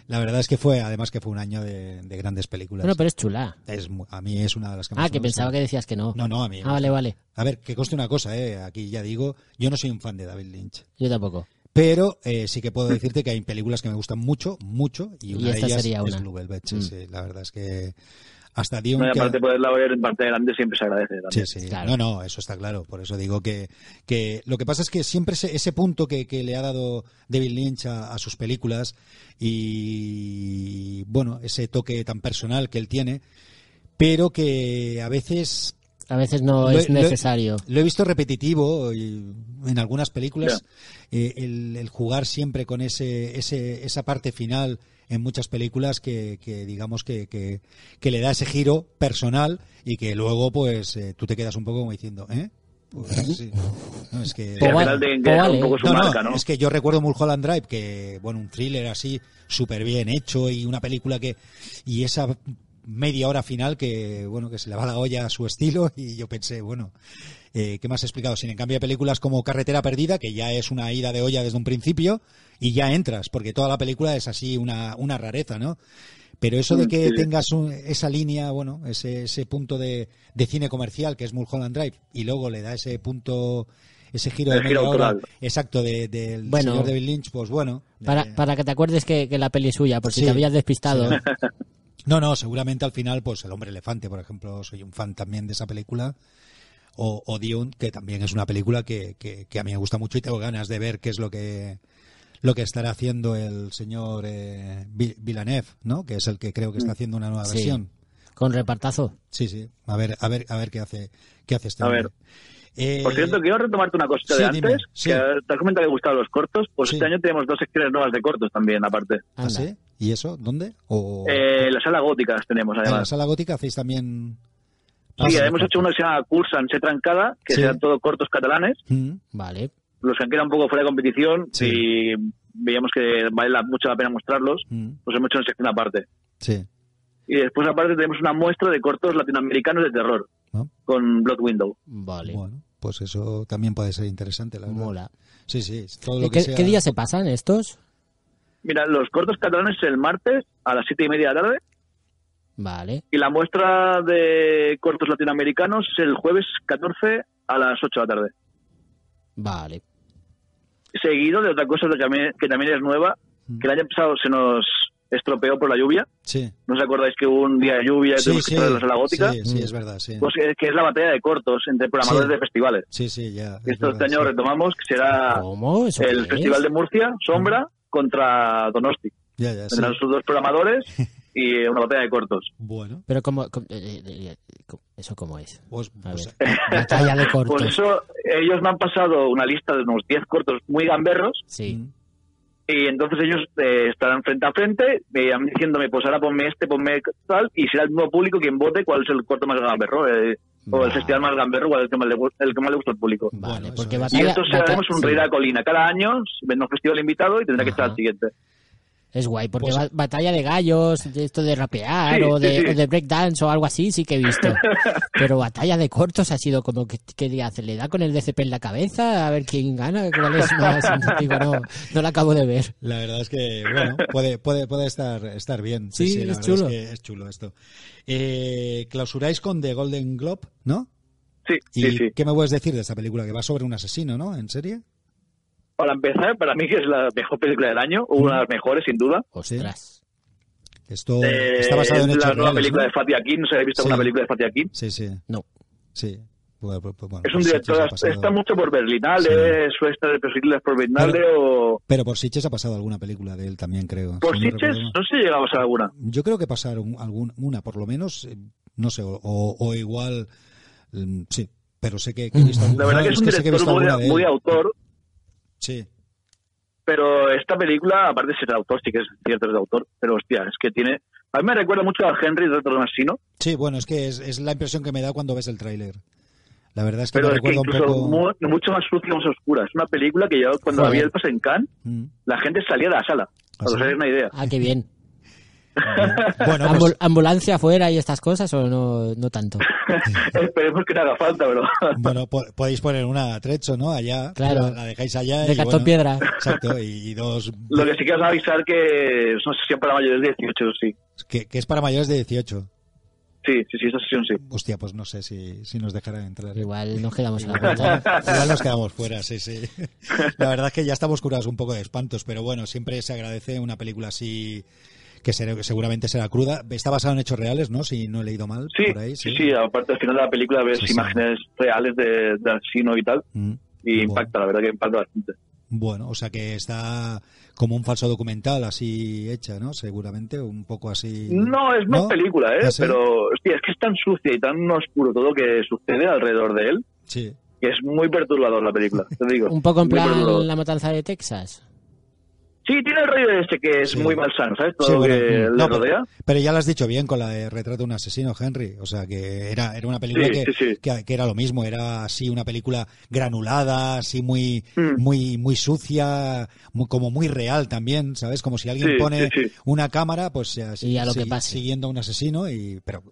[SPEAKER 1] la verdad es que fue, además que fue un año de, de grandes películas.
[SPEAKER 2] Bueno, pero es chula.
[SPEAKER 1] Es mu- a mí es una de las que más
[SPEAKER 2] Ah, que
[SPEAKER 1] me gusta.
[SPEAKER 2] pensaba que decías que no.
[SPEAKER 1] No, no, a mí.
[SPEAKER 2] Ah, vale, vale.
[SPEAKER 1] A ver, que conste una cosa, eh, aquí ya digo, yo no soy un fan de David Lynch.
[SPEAKER 2] Yo tampoco.
[SPEAKER 1] Pero eh, sí que puedo decirte que hay películas que me gustan mucho, mucho, y una de
[SPEAKER 2] esta
[SPEAKER 1] ellas
[SPEAKER 2] sería
[SPEAKER 1] es
[SPEAKER 2] una.
[SPEAKER 1] Blue Velvet. Sí,
[SPEAKER 2] Mm.
[SPEAKER 1] sí, la verdad es que hasta di un...
[SPEAKER 5] No, y
[SPEAKER 1] que-
[SPEAKER 5] aparte poderla ver en parte delante siempre se agradece.
[SPEAKER 1] Sí,
[SPEAKER 5] También.
[SPEAKER 1] sí.
[SPEAKER 2] Claro.
[SPEAKER 1] No, no, eso está claro. Por eso digo que, que lo que pasa es que siempre ese, ese punto que, que le ha dado David Lynch a, a sus películas y, bueno, ese toque tan personal que él tiene, pero que a veces
[SPEAKER 2] A veces no
[SPEAKER 1] lo-
[SPEAKER 2] es
[SPEAKER 1] lo-
[SPEAKER 2] necesario.
[SPEAKER 1] Lo, he visto repetitivo y en algunas películas, eh, el, el jugar siempre con ese, ese- esa parte final en muchas películas que, que digamos que, que- que le da ese giro personal y que luego pues eh, tú te quedas un poco como diciendo, ¿eh? Pues sí. ¿no? Es que...
[SPEAKER 5] Sí, al
[SPEAKER 2] Powell.
[SPEAKER 5] final tienen que dejar un poco su
[SPEAKER 1] No, no,
[SPEAKER 5] marca, ¿no?
[SPEAKER 1] Es que yo recuerdo Mulholland Drive, que, bueno, un thriller así, súper bien hecho y una película que. Y esa media hora final que, bueno, que se le va la olla a su estilo y yo pensé, bueno, eh, ¿qué más he explicado? Sin en cambio, hay películas como Carretera Perdida, que ya es una ida de olla desde un principio y ya entras, porque toda la película es así una, una rareza, ¿no? Pero eso de
[SPEAKER 5] Mm,
[SPEAKER 1] que
[SPEAKER 5] sí.
[SPEAKER 1] tengas un- esa línea, bueno, ese, ese punto de, de cine comercial que es Mulholland Drive y luego le da ese punto, ese giro de
[SPEAKER 5] El giro
[SPEAKER 1] media hora,
[SPEAKER 5] autoral.
[SPEAKER 1] exacto de- del
[SPEAKER 2] Bueno.
[SPEAKER 1] señor David Lynch, pues bueno. eh,
[SPEAKER 2] Para, para que te acuerdes que, que la peli es suya, por si
[SPEAKER 1] Sí,
[SPEAKER 2] te habías despistado.
[SPEAKER 1] sí. No, no, seguramente al final, pues El Hombre Elefante, por ejemplo, soy un fan también de esa película. O, o Dune, que también es una película que, que, que a mí me gusta mucho y tengo ganas de ver qué es lo que lo que estará haciendo el señor eh, Vi- Villeneuve, ¿no? Que es el que creo que está haciendo una nueva
[SPEAKER 2] Mm. Sí.
[SPEAKER 1] versión.
[SPEAKER 2] Con repartazo.
[SPEAKER 1] Sí, sí. A ver, a ver, a ver qué hace, qué hace este
[SPEAKER 5] A
[SPEAKER 1] hombre.
[SPEAKER 5] ver.
[SPEAKER 1] Eh,
[SPEAKER 5] Por cierto, quiero retomarte una cosita
[SPEAKER 1] sí,
[SPEAKER 5] de
[SPEAKER 1] dime,
[SPEAKER 5] antes.
[SPEAKER 1] sí.
[SPEAKER 5] Que te has comentado que gustaban los cortos. Pues
[SPEAKER 1] Sí.
[SPEAKER 5] este año tenemos dos secciones nuevas de cortos también, aparte.
[SPEAKER 1] ¿ah,
[SPEAKER 2] Anda.
[SPEAKER 1] sí? ¿Y eso? ¿Dónde? O
[SPEAKER 5] Eh, la sala gótica las tenemos,
[SPEAKER 1] en Ah, la
[SPEAKER 5] además.
[SPEAKER 1] sala gótica hacéis también.
[SPEAKER 5] Sí,
[SPEAKER 1] Ah,
[SPEAKER 5] hemos hecho uno que se llama Cursa en Se Trancada, que
[SPEAKER 1] Sí.
[SPEAKER 5] serán todos cortos catalanes.
[SPEAKER 1] Mm,
[SPEAKER 2] Vale.
[SPEAKER 5] Los que han quedado un poco fuera de competición
[SPEAKER 1] Sí.
[SPEAKER 5] y veíamos que vale la- mucho la pena mostrarlos,
[SPEAKER 1] mm,
[SPEAKER 5] pues hemos hecho una sección aparte.
[SPEAKER 1] sí.
[SPEAKER 5] Y después, aparte, tenemos una muestra de cortos latinoamericanos de terror
[SPEAKER 1] ¿no?
[SPEAKER 5] con Blood Window.
[SPEAKER 2] Vale.
[SPEAKER 1] Bueno, pues eso también puede ser interesante, la verdad.
[SPEAKER 2] Mola.
[SPEAKER 1] Sí, sí, todo lo que
[SPEAKER 2] ¿Qué,
[SPEAKER 1] sea-
[SPEAKER 2] qué día se pasan estos?
[SPEAKER 5] Mira, los cortos catalanes el martes a las siete y media de la tarde
[SPEAKER 2] Vale.
[SPEAKER 5] y la muestra de cortos latinoamericanos el jueves 14 a las 8 de la tarde.
[SPEAKER 2] Vale. seguido
[SPEAKER 5] Seguido de otra cosa que también, que también es nueva,
[SPEAKER 1] Mm.
[SPEAKER 5] que el año pasado se nos estropeó por la lluvia.
[SPEAKER 1] Sí.
[SPEAKER 5] ¿No os acordáis que hubo un día de lluvia y
[SPEAKER 1] Sí,
[SPEAKER 5] tuvimos
[SPEAKER 1] sí,
[SPEAKER 5] que estar en la sala gótica?
[SPEAKER 1] sí, sí, es
[SPEAKER 2] Mm.
[SPEAKER 1] verdad, sí.
[SPEAKER 5] Pues que, que es la batalla de cortos entre programadores
[SPEAKER 1] Sí.
[SPEAKER 5] de festivales.
[SPEAKER 1] Sí, sí, ya. es
[SPEAKER 5] Esto este
[SPEAKER 1] verdad,
[SPEAKER 5] año
[SPEAKER 1] sí. Oh,
[SPEAKER 5] retomamos, que será
[SPEAKER 2] ¿Cómo? ¿Eso
[SPEAKER 5] Ah, el
[SPEAKER 2] qué
[SPEAKER 5] Festival
[SPEAKER 2] es?
[SPEAKER 5] de Murcia, Sombra, contra Donosti.
[SPEAKER 1] Mm. Ya, ya, sí.
[SPEAKER 5] Tendrán sus dos programadores y eh, una batalla de cortos.
[SPEAKER 1] Bueno,
[SPEAKER 2] Pero como, como- eh, eh, eh, como- eso cómo es.
[SPEAKER 1] pues,
[SPEAKER 2] A
[SPEAKER 1] pues-
[SPEAKER 2] ver. Batalla de cortos.
[SPEAKER 5] Pues eso, ellos me han pasado una lista de unos 10 cortos muy gamberros
[SPEAKER 1] Mm,
[SPEAKER 2] Sí.
[SPEAKER 5] y entonces ellos eh, estarán frente a frente eh, a mí diciéndome, pues ahora ponme este, ponme tal, y será el mismo público quien vote cuál es el corto más gamberro, eh, o el
[SPEAKER 2] Vale.
[SPEAKER 5] festival más gamberro, cuál es el que más le, gu- el que más le gusta al público.
[SPEAKER 2] Vale,
[SPEAKER 1] Bueno,
[SPEAKER 2] porque
[SPEAKER 1] eso es.
[SPEAKER 5] Y
[SPEAKER 2] batalla,
[SPEAKER 5] esto se
[SPEAKER 2] bata-
[SPEAKER 5] haremos un
[SPEAKER 2] sí.
[SPEAKER 5] rey de la colina. Cada año vendrá un festival invitado y tendrá que
[SPEAKER 2] Ajá.
[SPEAKER 5] estar al siguiente.
[SPEAKER 2] Es guay, porque
[SPEAKER 1] Pues-
[SPEAKER 2] ba- batalla de gallos, de esto de rapear
[SPEAKER 5] Sí,
[SPEAKER 2] o, de,
[SPEAKER 5] sí, sí.
[SPEAKER 2] o de breakdance o algo así, sí que he visto. Pero batalla de cortos ha sido como que, ¿qué le hace? ¿Le da con el DCP en la cabeza? A ver quién gana, cuál es más. Digo, no, no la acabo de ver.
[SPEAKER 1] La verdad es que, bueno, puede, puede, puede estar, estar bien.
[SPEAKER 2] Sí,
[SPEAKER 1] la
[SPEAKER 2] es
[SPEAKER 1] verdad
[SPEAKER 2] chulo.
[SPEAKER 1] que es chulo esto. Eh, clausuráis con The Golden Globe, ¿no?
[SPEAKER 5] Sí,
[SPEAKER 1] ¿Y
[SPEAKER 5] sí, sí.
[SPEAKER 1] qué me puedes decir de esta película? Que va sobre un asesino, ¿no? ¿En serie?
[SPEAKER 5] Para empezar, para mí que es la mejor película del año, una de las mejores sin duda.
[SPEAKER 2] Ostras.
[SPEAKER 1] Esto
[SPEAKER 5] Eh,
[SPEAKER 1] está basado en
[SPEAKER 5] es
[SPEAKER 1] hechos
[SPEAKER 5] la nueva
[SPEAKER 1] reales,
[SPEAKER 5] película
[SPEAKER 1] ¿no?
[SPEAKER 5] de Fatih Akin, no sé si habéis visto
[SPEAKER 1] Sí.
[SPEAKER 5] alguna película de Fatih Akin.
[SPEAKER 1] Sí, sí.
[SPEAKER 2] No.
[SPEAKER 1] Sí. Bueno, pues- pues bueno,
[SPEAKER 5] Es un
[SPEAKER 1] por Sitges ha
[SPEAKER 5] director,
[SPEAKER 1] pasado-
[SPEAKER 5] está mucho por Berlinale, suele estar de películas por Berlinale o...
[SPEAKER 1] Pero por Sitges ha pasado alguna película de él también, creo.
[SPEAKER 5] Por
[SPEAKER 1] si no
[SPEAKER 5] Sitges,
[SPEAKER 1] recuerdo mal.
[SPEAKER 5] no sé si llegamos a alguna.
[SPEAKER 1] Yo creo que pasaron algún, una, por lo menos, eh, no sé, o, o- o igual, mm, sí, pero sé que, que he visto alguna.
[SPEAKER 5] La verdad
[SPEAKER 1] no,
[SPEAKER 5] que es un
[SPEAKER 1] sé que he
[SPEAKER 5] director
[SPEAKER 1] visto
[SPEAKER 5] muy,
[SPEAKER 1] alguna de él.
[SPEAKER 5] muy autor,
[SPEAKER 1] Sí,
[SPEAKER 5] pero esta película, aparte de ser de autor, sí que es cierto, es de autor, pero hostia, es que tiene... A mí me recuerda mucho a Henry de otro asesino,
[SPEAKER 1] sí, bueno, es que es, es la impresión que me da cuando ves el tráiler. La verdad es que
[SPEAKER 5] pero
[SPEAKER 1] me
[SPEAKER 5] es que
[SPEAKER 1] recuerda un
[SPEAKER 5] incluso
[SPEAKER 1] poco...
[SPEAKER 5] mu- mucho más sucia, más oscura. Es una película que yo cuando la vi
[SPEAKER 2] Joder.
[SPEAKER 5] el pase en Cannes,
[SPEAKER 1] Mm.
[SPEAKER 5] la gente salía de la sala. Para
[SPEAKER 1] sí?
[SPEAKER 5] que os hagáis una idea.
[SPEAKER 2] Ah, qué bien.
[SPEAKER 1] Bueno, pues,
[SPEAKER 2] Ambul- ¿Ambulancia afuera y estas cosas o no, no tanto?
[SPEAKER 5] Esperemos que no haga falta, pero...
[SPEAKER 1] pues, bueno, po- podéis poner una trecho, ¿no? Allá,
[SPEAKER 2] Claro.
[SPEAKER 1] la, la dejáis allá
[SPEAKER 2] De
[SPEAKER 1] y
[SPEAKER 2] cartón
[SPEAKER 1] bueno,
[SPEAKER 2] piedra.
[SPEAKER 1] Exacto, y, y dos...
[SPEAKER 5] Lo que sí que os voy a avisar que es una sesión para mayores de 18, sí.
[SPEAKER 1] Que, que es para mayores de 18.
[SPEAKER 5] Sí, sí, sí, esta sesión sí.
[SPEAKER 1] Hostia, pues no sé si, si nos dejarán entrar.
[SPEAKER 2] Igual nos quedamos en la puerta.
[SPEAKER 1] Igual nos quedamos fuera, sí, sí. La verdad es que ya estamos curados un poco de espantos, pero bueno, siempre se agradece una película así que será- que seguramente será cruda. Está basada en hechos reales, ¿no? Si no he leído mal
[SPEAKER 5] Sí,
[SPEAKER 1] por ahí.
[SPEAKER 5] sí, sí, aparte al final de la película ves
[SPEAKER 1] Sí, sí.
[SPEAKER 5] imágenes reales de, de asesino y tal,
[SPEAKER 1] Mm.
[SPEAKER 5] y
[SPEAKER 1] Bueno.
[SPEAKER 5] impacta, la verdad que impacta bastante.
[SPEAKER 1] Bueno, o sea que está como un falso documental así hecha, ¿no? Seguramente, un poco así.
[SPEAKER 5] No, es más
[SPEAKER 1] ¿No?
[SPEAKER 5] película, ¿eh?
[SPEAKER 1] ¿Ah, sí?
[SPEAKER 5] Pero, hostia, es que es tan sucia y tan oscuro todo lo que sucede alrededor de él,
[SPEAKER 1] Sí.
[SPEAKER 5] que es muy perturbador la película, te digo.
[SPEAKER 2] Un poco en
[SPEAKER 5] muy perturbador.
[SPEAKER 2] plan la matanza de Texas.
[SPEAKER 5] Sí, tiene el rollo ese que es
[SPEAKER 1] Sí.
[SPEAKER 5] muy malsano, ¿sabes? Todo
[SPEAKER 1] Sí,
[SPEAKER 5] lo
[SPEAKER 1] bueno, mm,
[SPEAKER 5] que le
[SPEAKER 1] no,
[SPEAKER 5] rodea.
[SPEAKER 1] pero, pero ya lo has dicho bien con la de Retrato de un asesino, Henry. O sea, que era, era una película
[SPEAKER 5] Sí,
[SPEAKER 1] que,
[SPEAKER 5] sí, sí.
[SPEAKER 1] Que, que era lo mismo. Era así una película granulada, así muy,
[SPEAKER 5] Mm.
[SPEAKER 1] muy, muy sucia, muy- como muy real también, ¿sabes? Como si alguien
[SPEAKER 5] Sí,
[SPEAKER 1] pone
[SPEAKER 5] sí, sí.
[SPEAKER 1] una cámara, pues así,
[SPEAKER 2] Y a lo
[SPEAKER 1] sí,
[SPEAKER 2] que pase.
[SPEAKER 1] siguiendo a un asesino, y pero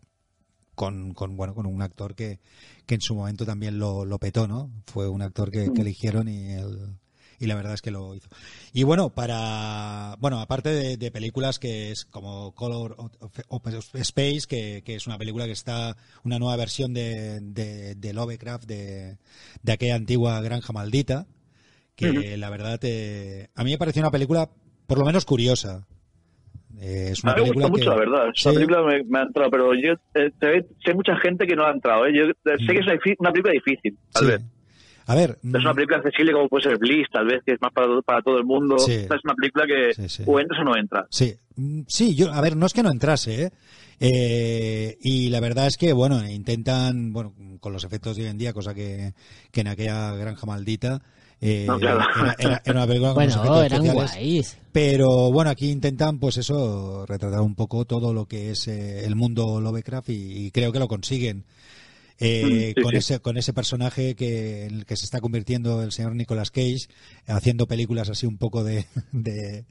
[SPEAKER 1] con, con, bueno, con un actor que, que en su momento también lo, lo petó, ¿no? Fue un actor que,
[SPEAKER 5] Mm.
[SPEAKER 1] que eligieron y el- y la verdad es que lo hizo. Y bueno, para bueno, aparte de, de películas que es como Color of, of Space, que, que es una película que está una nueva versión de, de, de Lovecraft de, de aquella antigua granja maldita, que la verdad eh, a mí me pareció una película por lo menos curiosa. Eh, es una
[SPEAKER 5] a mí me
[SPEAKER 1] película
[SPEAKER 5] gusta mucho, la
[SPEAKER 1] que-
[SPEAKER 5] verdad.
[SPEAKER 1] Sí.
[SPEAKER 5] Esa película me, me ha entrado, pero yo eh, te ve- sé mucha gente que no ha entrado. ¿eh? Yo eh, sé que es una, difi- una película difícil, tal
[SPEAKER 1] Sí.
[SPEAKER 5] vez.
[SPEAKER 1] A ver,
[SPEAKER 5] Es una
[SPEAKER 1] mm,
[SPEAKER 5] película accesible como puede ser Bliss, tal vez, que es más para, todo- para todo el mundo.
[SPEAKER 1] Sí.
[SPEAKER 5] Esta Es una película que
[SPEAKER 1] Sí, sí.
[SPEAKER 5] o entras o no entras.
[SPEAKER 1] Sí, Mm, sí, yo, a ver, no es que no entrase, ¿eh? Eh, y la verdad es que, bueno, intentan, bueno, con los efectos de hoy en día, cosa que, que en aquella granja maldita, eh,
[SPEAKER 5] No, claro.
[SPEAKER 1] era, era- era una película con unos
[SPEAKER 2] Bueno,
[SPEAKER 1] efectos
[SPEAKER 2] eran
[SPEAKER 1] especiales.
[SPEAKER 2] guays.
[SPEAKER 1] Pero bueno, aquí intentan, pues eso, retratar un poco todo lo que es eh, el mundo Lovecraft y, y creo que lo consiguen. Eh,
[SPEAKER 5] Mm, sí,
[SPEAKER 1] con
[SPEAKER 5] sí.
[SPEAKER 1] ese con ese personaje que en el que se está convirtiendo el señor Nicolas Cage haciendo películas así un poco de de,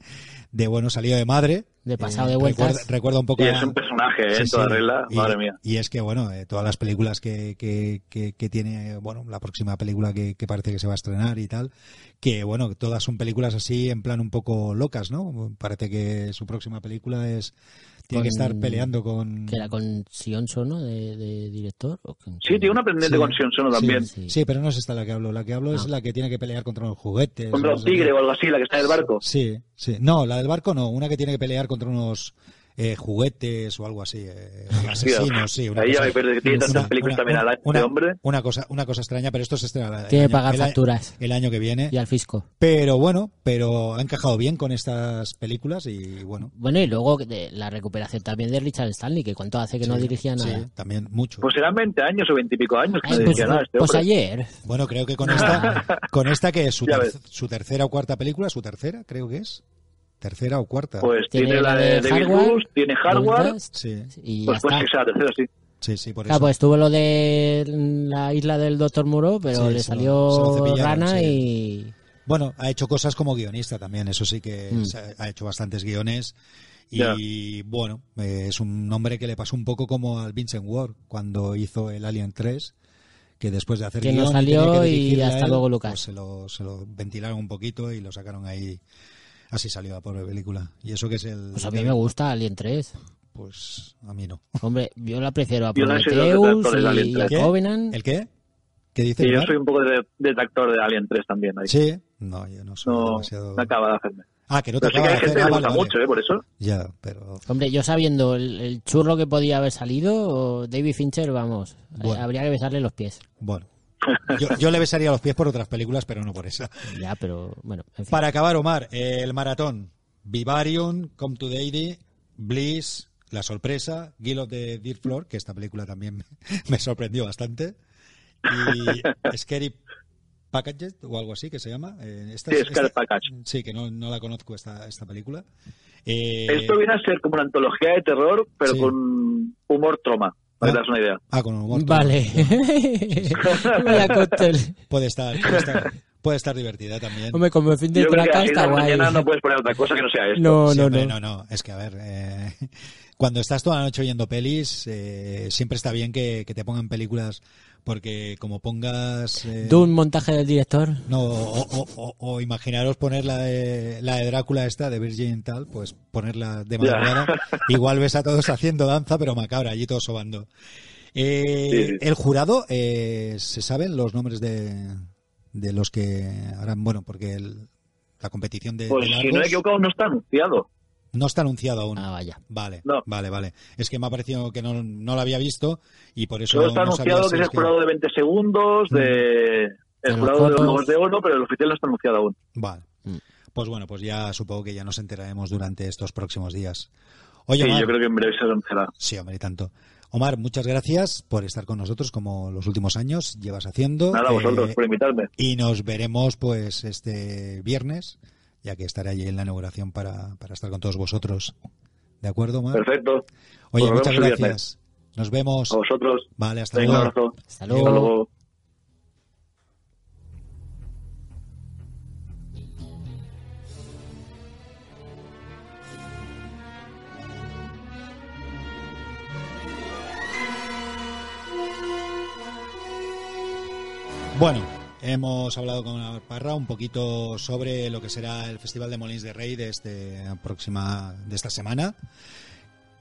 [SPEAKER 1] de, bueno salido de madre Eh,
[SPEAKER 2] De pasado de vueltas.
[SPEAKER 1] recuerda, recuerda un poco
[SPEAKER 5] Y
[SPEAKER 1] a-
[SPEAKER 5] es un personaje, ¿eh?
[SPEAKER 1] Sí,
[SPEAKER 5] en toda
[SPEAKER 1] sí.
[SPEAKER 5] regla.
[SPEAKER 1] Y-
[SPEAKER 5] Madre mía.
[SPEAKER 1] y es que bueno eh, todas las películas que, que, que, que tiene bueno la próxima película que, que parece que se va a estrenar y tal que bueno, todas son películas así en plan un poco locas, ¿no? Parece que su próxima película es tiene que
[SPEAKER 2] Con-
[SPEAKER 1] estar peleando con
[SPEAKER 2] Que era con Sionso, ¿no? De, de director. o con-
[SPEAKER 5] Sí, tiene una pendiente
[SPEAKER 1] Sí.
[SPEAKER 5] con Sionsono
[SPEAKER 1] Sí,
[SPEAKER 5] también.
[SPEAKER 1] Sí, pero no es esta la que hablo, la que hablo es
[SPEAKER 2] Ah.
[SPEAKER 1] la que tiene que pelear contra unos juguetes.
[SPEAKER 5] Contra
[SPEAKER 1] no
[SPEAKER 5] un
[SPEAKER 1] sé qué.
[SPEAKER 5] tigre o algo así, la que está en el barco.
[SPEAKER 1] Sí, sí. No, la del barco no, una que tiene que pelear contra unos eh, juguetes o algo así, eh, asesinos, sí, una
[SPEAKER 5] Ahí ya
[SPEAKER 1] cosa-
[SPEAKER 5] me pierdo, que tiene
[SPEAKER 1] una-
[SPEAKER 5] tantas películas también al año,
[SPEAKER 1] una-
[SPEAKER 5] de hombre.
[SPEAKER 1] una cosa, una cosa extraña, pero esto se estrena el
[SPEAKER 2] Tiene que
[SPEAKER 1] año-
[SPEAKER 2] pagar
[SPEAKER 1] el a-
[SPEAKER 2] facturas.
[SPEAKER 1] el año que viene.
[SPEAKER 2] Y al fisco.
[SPEAKER 1] Pero bueno, pero ha encajado bien con estas películas y bueno.
[SPEAKER 2] Bueno, y luego de la recuperación también de Richard Stanley, que cuánto hace que no
[SPEAKER 1] sí,
[SPEAKER 2] dirigía
[SPEAKER 1] sí,
[SPEAKER 2] nada. ¿eh?
[SPEAKER 1] también mucho.
[SPEAKER 5] Pues serán 20 años o 20 y pico años que
[SPEAKER 2] Ay,
[SPEAKER 5] no
[SPEAKER 2] pues,
[SPEAKER 5] decía nada este
[SPEAKER 2] pues
[SPEAKER 5] hombre.
[SPEAKER 2] ayer.
[SPEAKER 1] bueno, creo que con esta, con esta que es su,
[SPEAKER 5] Ya
[SPEAKER 1] ter-
[SPEAKER 5] ves.
[SPEAKER 1] su tercera o cuarta película, su tercera, creo que es. Tercera o cuarta.
[SPEAKER 5] Pues tiene, la de Devil Goose, tiene Hardware.
[SPEAKER 2] Goldust,
[SPEAKER 1] sí,
[SPEAKER 2] Y ya
[SPEAKER 5] Pues puede
[SPEAKER 2] está.
[SPEAKER 5] ser que sea la tercera, sí.
[SPEAKER 1] sí, sí, por
[SPEAKER 2] Claro,
[SPEAKER 1] eso.
[SPEAKER 2] pues estuvo lo de la isla del Doctor Muro, pero
[SPEAKER 1] Sí,
[SPEAKER 2] le
[SPEAKER 1] se lo- se lo
[SPEAKER 2] salió
[SPEAKER 1] cepillaron,
[SPEAKER 2] rana
[SPEAKER 1] sí.
[SPEAKER 2] y...
[SPEAKER 1] Bueno, ha hecho cosas como guionista también, eso sí que
[SPEAKER 2] Mm.
[SPEAKER 1] se ha- ha hecho bastantes guiones. Y
[SPEAKER 5] Ya.
[SPEAKER 1] bueno, eh, es un nombre que le pasó un poco como al Vincent Ward cuando hizo el Alien 3, que después de hacer
[SPEAKER 2] Que no
[SPEAKER 1] guion y
[SPEAKER 2] salió
[SPEAKER 1] tener que
[SPEAKER 2] y
[SPEAKER 1] dirigirle a
[SPEAKER 2] hasta
[SPEAKER 1] él,
[SPEAKER 2] luego, Lucas.
[SPEAKER 1] pues se lo, se lo ventilaron un poquito y lo sacaron ahí. Así salió la pobre película. Y eso que es el.
[SPEAKER 2] Pues a mí me gusta Alien 3.
[SPEAKER 1] Pues a mí no.
[SPEAKER 2] Hombre, yo la prefiero a
[SPEAKER 5] Yo no he sido
[SPEAKER 2] Prometheus
[SPEAKER 5] detractor del Alien
[SPEAKER 2] y a
[SPEAKER 5] 3.
[SPEAKER 1] ¿Qué?
[SPEAKER 2] Covenant.
[SPEAKER 1] ¿El qué? ¿Qué dices?
[SPEAKER 5] Y yo
[SPEAKER 1] Mar?
[SPEAKER 5] soy un poco de- detractor de Alien 3 también. Ahí.
[SPEAKER 1] Sí. No, yo no soy
[SPEAKER 5] no,
[SPEAKER 1] demasiado.
[SPEAKER 5] no acaba de hacerme.
[SPEAKER 1] Ah, que no te
[SPEAKER 5] Pero sí que
[SPEAKER 1] acaba
[SPEAKER 5] hay
[SPEAKER 1] de hacer.
[SPEAKER 5] gente que
[SPEAKER 1] Ah,
[SPEAKER 5] le
[SPEAKER 1] vale,
[SPEAKER 5] gusta
[SPEAKER 1] vale.
[SPEAKER 5] mucho, ¿eh? Por eso.
[SPEAKER 1] Ya, pero.
[SPEAKER 2] Hombre, yo sabiendo el, el churro que podía haber salido, o David Fincher, vamos, eh,
[SPEAKER 1] Bueno.
[SPEAKER 2] habría que besarle los pies.
[SPEAKER 1] Bueno, yo, yo le besaría los pies por otras películas, pero no por esa.
[SPEAKER 2] Ya, pero bueno, en fin.
[SPEAKER 1] Para acabar, Omar, eh, el maratón. Vivarium, Come to Daddy, Bliss, La Sorpresa, Guild of the Deer Floor, que esta película también me, me sorprendió bastante. Y Scary Package o algo así que se llama. Eh, esta
[SPEAKER 5] Sí,
[SPEAKER 1] es-
[SPEAKER 5] Scary
[SPEAKER 1] esta-
[SPEAKER 5] Package.
[SPEAKER 1] Sí, que no, no la conozco esta, esta película. Eh,
[SPEAKER 5] Esto viene a ser como una antología de terror, pero
[SPEAKER 1] Sí.
[SPEAKER 5] con humor troma. Para
[SPEAKER 1] Ah.
[SPEAKER 5] que te hagas una idea.
[SPEAKER 1] Ah, con humor.
[SPEAKER 2] Vale. Vaya cóctel.
[SPEAKER 1] Puede estar, puede estar, puede estar divertida también.
[SPEAKER 2] Hombre, como el fin de
[SPEAKER 5] Yo creo que a
[SPEAKER 2] traca
[SPEAKER 5] las seis de
[SPEAKER 2] está
[SPEAKER 5] la
[SPEAKER 2] guay.
[SPEAKER 5] mañana no puedes poner otra cosa que no sea esto.
[SPEAKER 2] No,
[SPEAKER 1] Sí,
[SPEAKER 2] no,
[SPEAKER 1] hombre,
[SPEAKER 2] no.
[SPEAKER 1] no, Es que, a ver, eh, cuando estás toda la noche oyendo pelis, eh, siempre está bien que, que te pongan películas, porque como pongas... eh,
[SPEAKER 2] De un montaje del director.
[SPEAKER 1] no, o, o- o- o imaginaros poner la de, la de Drácula esta, de Virgin tal, pues ponerla de
[SPEAKER 5] Ya.
[SPEAKER 1] madrugada. Igual ves a todos haciendo danza, pero macabra, allí todos sobando. Eh,
[SPEAKER 5] Sí, sí.
[SPEAKER 1] El jurado, eh, ¿se saben los nombres de, de los que harán? Bueno, porque el- la competición de...
[SPEAKER 5] Pues
[SPEAKER 1] de
[SPEAKER 5] si no me he
[SPEAKER 1] largos
[SPEAKER 5] equivocado, no está anunciado.
[SPEAKER 1] no está anunciado aún.
[SPEAKER 2] Ah, vaya.
[SPEAKER 1] Vale,
[SPEAKER 5] No.
[SPEAKER 1] vale, vale. Es que me ha parecido que no, no lo había visto y por eso
[SPEAKER 5] Solo está
[SPEAKER 1] no sabía
[SPEAKER 5] anunciado
[SPEAKER 1] si
[SPEAKER 5] que es el
[SPEAKER 1] es que- Mm.
[SPEAKER 5] jurado de 20 segundos, de. El
[SPEAKER 2] los
[SPEAKER 5] jurado de los
[SPEAKER 2] cortos.
[SPEAKER 5] Globos de Oro, pero el oficial no está anunciado aún.
[SPEAKER 1] Vale.
[SPEAKER 2] Mm.
[SPEAKER 1] Pues bueno, pues ya supongo que ya nos enteraremos durante estos próximos días. Oye,
[SPEAKER 5] Sí,
[SPEAKER 1] Omar,
[SPEAKER 5] yo creo que en breve se anunciará.
[SPEAKER 1] sí, hombre, y tanto. Omar, muchas gracias por estar con nosotros como los últimos años llevas haciendo.
[SPEAKER 5] Nada,
[SPEAKER 1] Eh,
[SPEAKER 5] vosotros, por invitarme.
[SPEAKER 1] y nos veremos pues este viernes ya que estaré allí en la inauguración para, para estar con todos vosotros. ¿De acuerdo, Mar?
[SPEAKER 5] Perfecto.
[SPEAKER 1] Oye,
[SPEAKER 5] Nos vemos
[SPEAKER 1] muchas
[SPEAKER 5] el viernes.
[SPEAKER 1] gracias. Nos vemos.
[SPEAKER 5] A vosotros.
[SPEAKER 1] Vale, hasta
[SPEAKER 5] Venga, un
[SPEAKER 1] luego.
[SPEAKER 5] abrazo.
[SPEAKER 2] Hasta luego.
[SPEAKER 5] Hasta luego.
[SPEAKER 1] Bueno, hemos hablado con Parra un poquito sobre lo que será el Festival de Molins de Rey de, este próxima, de esta semana.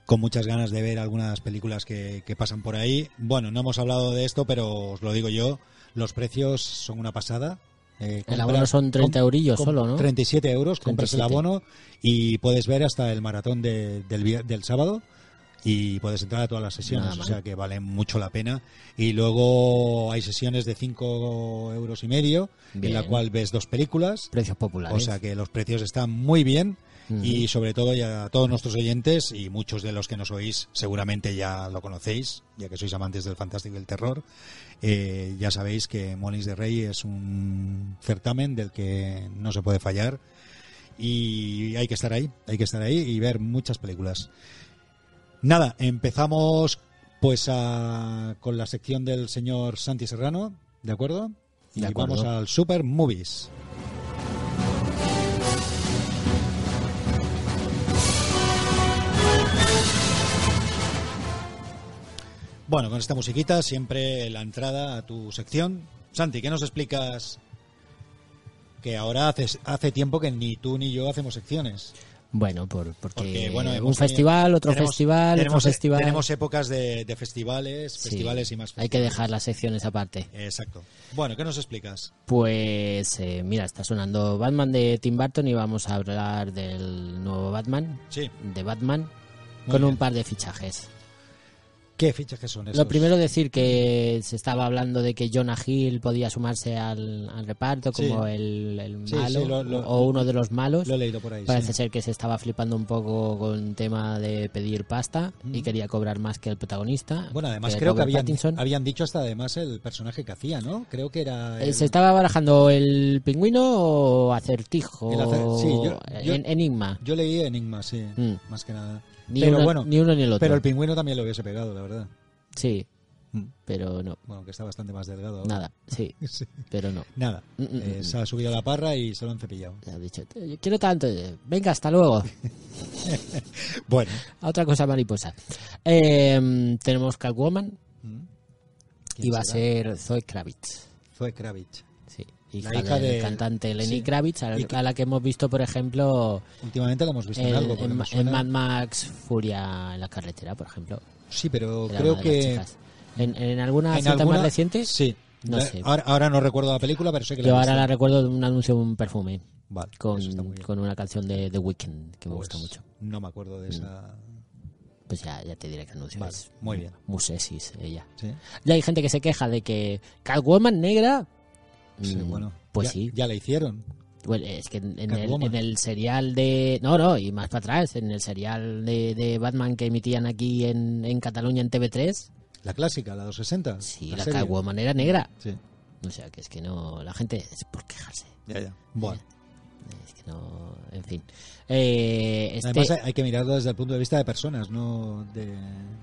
[SPEAKER 1] Con muchas ganas de ver algunas películas que, que pasan por ahí. Bueno, no hemos hablado de esto, pero os lo digo yo. Los precios son una pasada. Eh,
[SPEAKER 2] El
[SPEAKER 1] compra-
[SPEAKER 2] abono son 30
[SPEAKER 1] com-
[SPEAKER 2] eurillos
[SPEAKER 1] com-
[SPEAKER 2] solo, ¿no?
[SPEAKER 1] 37 euros, compras el
[SPEAKER 2] 37.
[SPEAKER 1] abono y puedes ver hasta el maratón de- del, vier- del sábado y puedes entrar a todas las sesiones,
[SPEAKER 2] Nada
[SPEAKER 1] o
[SPEAKER 2] mal.
[SPEAKER 1] sea que vale mucho la pena. Y luego hay sesiones de 5 euros y medio, en la
[SPEAKER 2] Bien.
[SPEAKER 1] cual ves dos películas,
[SPEAKER 2] Precios populares.
[SPEAKER 1] o
[SPEAKER 2] Mm.
[SPEAKER 1] sea que los precios están muy bien
[SPEAKER 2] Ujú.
[SPEAKER 1] y sobre todo ya a todos nuestros oyentes y muchos de los que nos oís seguramente ya lo conocéis, ya que sois amantes del fantástico y el terror, eh, ya sabéis que Molins de Rey es un certamen del que no se puede fallar y hay que estar ahí, hay que estar ahí y ver muchas películas. Nada, empezamos pues a- con la sección del señor Santi Serrano, ¿de acuerdo?
[SPEAKER 2] De
[SPEAKER 1] y
[SPEAKER 2] acuerdo.
[SPEAKER 1] vamos al Super Movies. Bueno, con esta musiquita siempre la entrada a tu sección. Santi, ¿qué nos explicas? Que ahora haces, hace tiempo que ni tú ni yo hacemos secciones.
[SPEAKER 2] Bueno, por, porque,
[SPEAKER 1] Porque, bueno,
[SPEAKER 2] un
[SPEAKER 1] hemos tenido-
[SPEAKER 2] festival, otro
[SPEAKER 1] tenemos-
[SPEAKER 2] festival,
[SPEAKER 1] tenemos, eh,
[SPEAKER 2] otro festival.
[SPEAKER 1] Tenemos épocas de, de festivales,
[SPEAKER 2] Sí,
[SPEAKER 1] festivales y más
[SPEAKER 2] Hay que dejar las secciones aparte.
[SPEAKER 1] Exacto. Bueno, ¿qué nos explicas?
[SPEAKER 2] Pues eh, mira, está sonando Batman de Tim Burton y vamos a hablar del nuevo Batman,
[SPEAKER 1] Sí.
[SPEAKER 2] de Batman,
[SPEAKER 1] Muy
[SPEAKER 2] con
[SPEAKER 1] bien.
[SPEAKER 2] un par de fichajes.
[SPEAKER 1] ¿Qué fichas que son esos?
[SPEAKER 2] Lo primero decir que se estaba hablando de que Jonah Hill podía sumarse al, al reparto como
[SPEAKER 1] Sí.
[SPEAKER 2] el, el
[SPEAKER 1] Sí,
[SPEAKER 2] malo
[SPEAKER 1] sí, lo- lo-
[SPEAKER 2] o uno de los malos.
[SPEAKER 1] Lo he leído por ahí.
[SPEAKER 2] Parece
[SPEAKER 1] sí.
[SPEAKER 2] ser que se estaba flipando un poco con tema de pedir pasta y quería cobrar más que el protagonista.
[SPEAKER 1] Bueno, además creo que
[SPEAKER 2] Robert
[SPEAKER 1] habían,
[SPEAKER 2] Pattinson.
[SPEAKER 1] habían dicho hasta además el personaje que hacía, ¿no? Creo que era...
[SPEAKER 2] Eh,
[SPEAKER 1] el-
[SPEAKER 2] ¿Se estaba barajando el pingüino o acertijo?
[SPEAKER 1] El acer- sí, yo- yo-
[SPEAKER 2] En- enigma.
[SPEAKER 1] Yo leí Enigma, sí,
[SPEAKER 2] Mm.
[SPEAKER 1] más que nada.
[SPEAKER 2] Ni,
[SPEAKER 1] pero
[SPEAKER 2] uno,
[SPEAKER 1] bueno,
[SPEAKER 2] ni uno ni el otro.
[SPEAKER 1] pero el pingüino también lo hubiese pegado, la verdad.
[SPEAKER 2] Sí,
[SPEAKER 1] Mm.
[SPEAKER 2] pero no.
[SPEAKER 1] Bueno, que está bastante más delgado. ahora.
[SPEAKER 2] Nada, sí,
[SPEAKER 1] Sí.
[SPEAKER 2] pero no.
[SPEAKER 1] Nada.
[SPEAKER 2] Mm, mm,
[SPEAKER 1] Eh,
[SPEAKER 2] mm.
[SPEAKER 1] se ha subido a la parra y se lo han cepillado.
[SPEAKER 2] Ha dicho, "Te- quiero tanto. eh, Venga, hasta luego.
[SPEAKER 1] Bueno.
[SPEAKER 2] A otra cosa mariposa. Eh, tenemos Catwoman
[SPEAKER 1] Mm.
[SPEAKER 2] y va a
[SPEAKER 1] ¿Quién será?
[SPEAKER 2] ser Zoe Kravitz.
[SPEAKER 1] Zoe Kravitz.
[SPEAKER 2] Sí, hija,
[SPEAKER 1] La hija
[SPEAKER 2] del
[SPEAKER 1] de-
[SPEAKER 2] cantante Lenny
[SPEAKER 1] sí.
[SPEAKER 2] Kravitz, a
[SPEAKER 1] Y
[SPEAKER 2] la,
[SPEAKER 1] que-
[SPEAKER 2] a la que hemos visto, por ejemplo,
[SPEAKER 1] Últimamente la hemos visto en
[SPEAKER 2] en-
[SPEAKER 1] algo.
[SPEAKER 2] en,
[SPEAKER 1] porque me
[SPEAKER 2] Ma- en
[SPEAKER 1] suena-
[SPEAKER 2] Mad Max Furia en la carretera, por ejemplo.
[SPEAKER 1] Sí, pero
[SPEAKER 2] Era
[SPEAKER 1] creo
[SPEAKER 2] una de las
[SPEAKER 1] que...
[SPEAKER 2] chicas. ¿En, en alguna
[SPEAKER 1] ¿En
[SPEAKER 2] cinta
[SPEAKER 1] alguna?
[SPEAKER 2] más reciente?
[SPEAKER 1] Sí.
[SPEAKER 2] No
[SPEAKER 1] La-
[SPEAKER 2] sé.
[SPEAKER 1] Ahora, ahora no recuerdo la película, pero sé que
[SPEAKER 2] Yo
[SPEAKER 1] la he
[SPEAKER 2] ahora la
[SPEAKER 1] visto.
[SPEAKER 2] recuerdo de un anuncio de un perfume
[SPEAKER 1] Vale, eso está muy
[SPEAKER 2] con,
[SPEAKER 1] bien.
[SPEAKER 2] con una canción de The Weeknd que me gusta
[SPEAKER 1] Pues,
[SPEAKER 2] mucho.
[SPEAKER 1] No me acuerdo de esa...
[SPEAKER 2] Pues ya, ya te diré que anuncio
[SPEAKER 1] Vale,
[SPEAKER 2] es. mm.
[SPEAKER 1] muy bien.
[SPEAKER 2] Musesis, ella.
[SPEAKER 1] Sí.
[SPEAKER 2] Ya hay gente que se queja de que Catwoman negra.
[SPEAKER 1] Sí,
[SPEAKER 2] Mm,
[SPEAKER 1] bueno.
[SPEAKER 2] Pues
[SPEAKER 1] Ya-
[SPEAKER 2] sí.
[SPEAKER 1] Ya la hicieron.
[SPEAKER 2] Bueno, es que en, en el,
[SPEAKER 1] Catwoman.
[SPEAKER 2] en el serial de. No, no, y más para atrás, en el serial de, de Batman que emitían aquí en, en Cataluña en TV3.
[SPEAKER 1] La clásica, Ah, la 260.
[SPEAKER 2] Sí, la,
[SPEAKER 1] serie.
[SPEAKER 2] Catwoman era negra.
[SPEAKER 1] Sí.
[SPEAKER 2] O sea, que es que no. La gente es por quejarse.
[SPEAKER 1] Ya, ya. Bueno.
[SPEAKER 2] Eh, Es que Este, no. En fin. Eh, este-
[SPEAKER 1] Además hay- hay que mirarlo desde el punto de vista de personas, no de,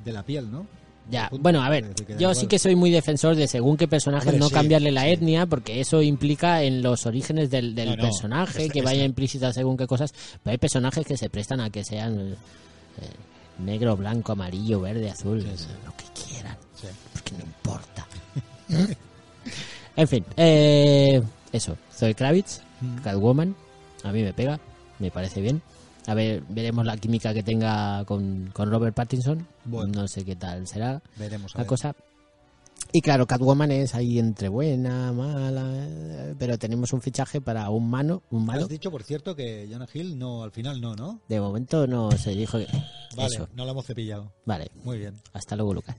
[SPEAKER 1] de la piel, ¿no?
[SPEAKER 2] Ya,
[SPEAKER 1] punto.
[SPEAKER 2] bueno, a ver,
[SPEAKER 1] Parece que da
[SPEAKER 2] yo
[SPEAKER 1] igual.
[SPEAKER 2] sí que soy muy defensor de según qué personaje
[SPEAKER 1] Hombre,
[SPEAKER 2] no
[SPEAKER 1] sí,
[SPEAKER 2] cambiarle la
[SPEAKER 1] sí.
[SPEAKER 2] etnia, porque eso implica en los orígenes del, del
[SPEAKER 1] No, no,
[SPEAKER 2] personaje,
[SPEAKER 1] está-
[SPEAKER 2] que vaya
[SPEAKER 1] está-
[SPEAKER 2] implícita según qué cosas, pero hay personajes que se prestan a que sean eh, negro, blanco, amarillo, verde, azul,
[SPEAKER 1] Sí, sí.
[SPEAKER 2] lo que quieran,
[SPEAKER 1] Sí.
[SPEAKER 2] porque no importa. en fin, eh, eso, Zoe Kravitz,
[SPEAKER 1] Mm.
[SPEAKER 2] Catwoman, a mí me pega, me parece bien. A ver, veremos la química que tenga con, con Robert Pattinson.
[SPEAKER 1] Bueno.
[SPEAKER 2] No sé qué tal será
[SPEAKER 1] Veremos. a
[SPEAKER 2] la
[SPEAKER 1] ver.
[SPEAKER 2] cosa. Y claro, Catwoman es ahí entre buena, mala, eh, pero tenemos un fichaje para un mano, un malo.
[SPEAKER 1] Has dicho, por cierto, que Jonah Hill no, al final no, ¿no?
[SPEAKER 2] De momento no se dijo que...
[SPEAKER 1] Vale,
[SPEAKER 2] Eso,
[SPEAKER 1] no la hemos cepillado.
[SPEAKER 2] vale.
[SPEAKER 1] Muy bien.
[SPEAKER 2] Hasta luego, Lucas.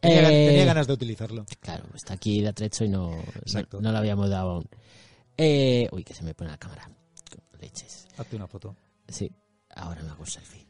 [SPEAKER 1] Tenía, gan-
[SPEAKER 2] Eh,
[SPEAKER 1] tenía ganas de utilizarlo.
[SPEAKER 2] Claro, está aquí de atrecho y no,
[SPEAKER 1] Exacto.
[SPEAKER 2] no, no lo habíamos dado aún. Eh, uy, que se me pone la cámara. Leches.
[SPEAKER 1] Hazte una foto.
[SPEAKER 2] Sí, ahora me hago un selfie.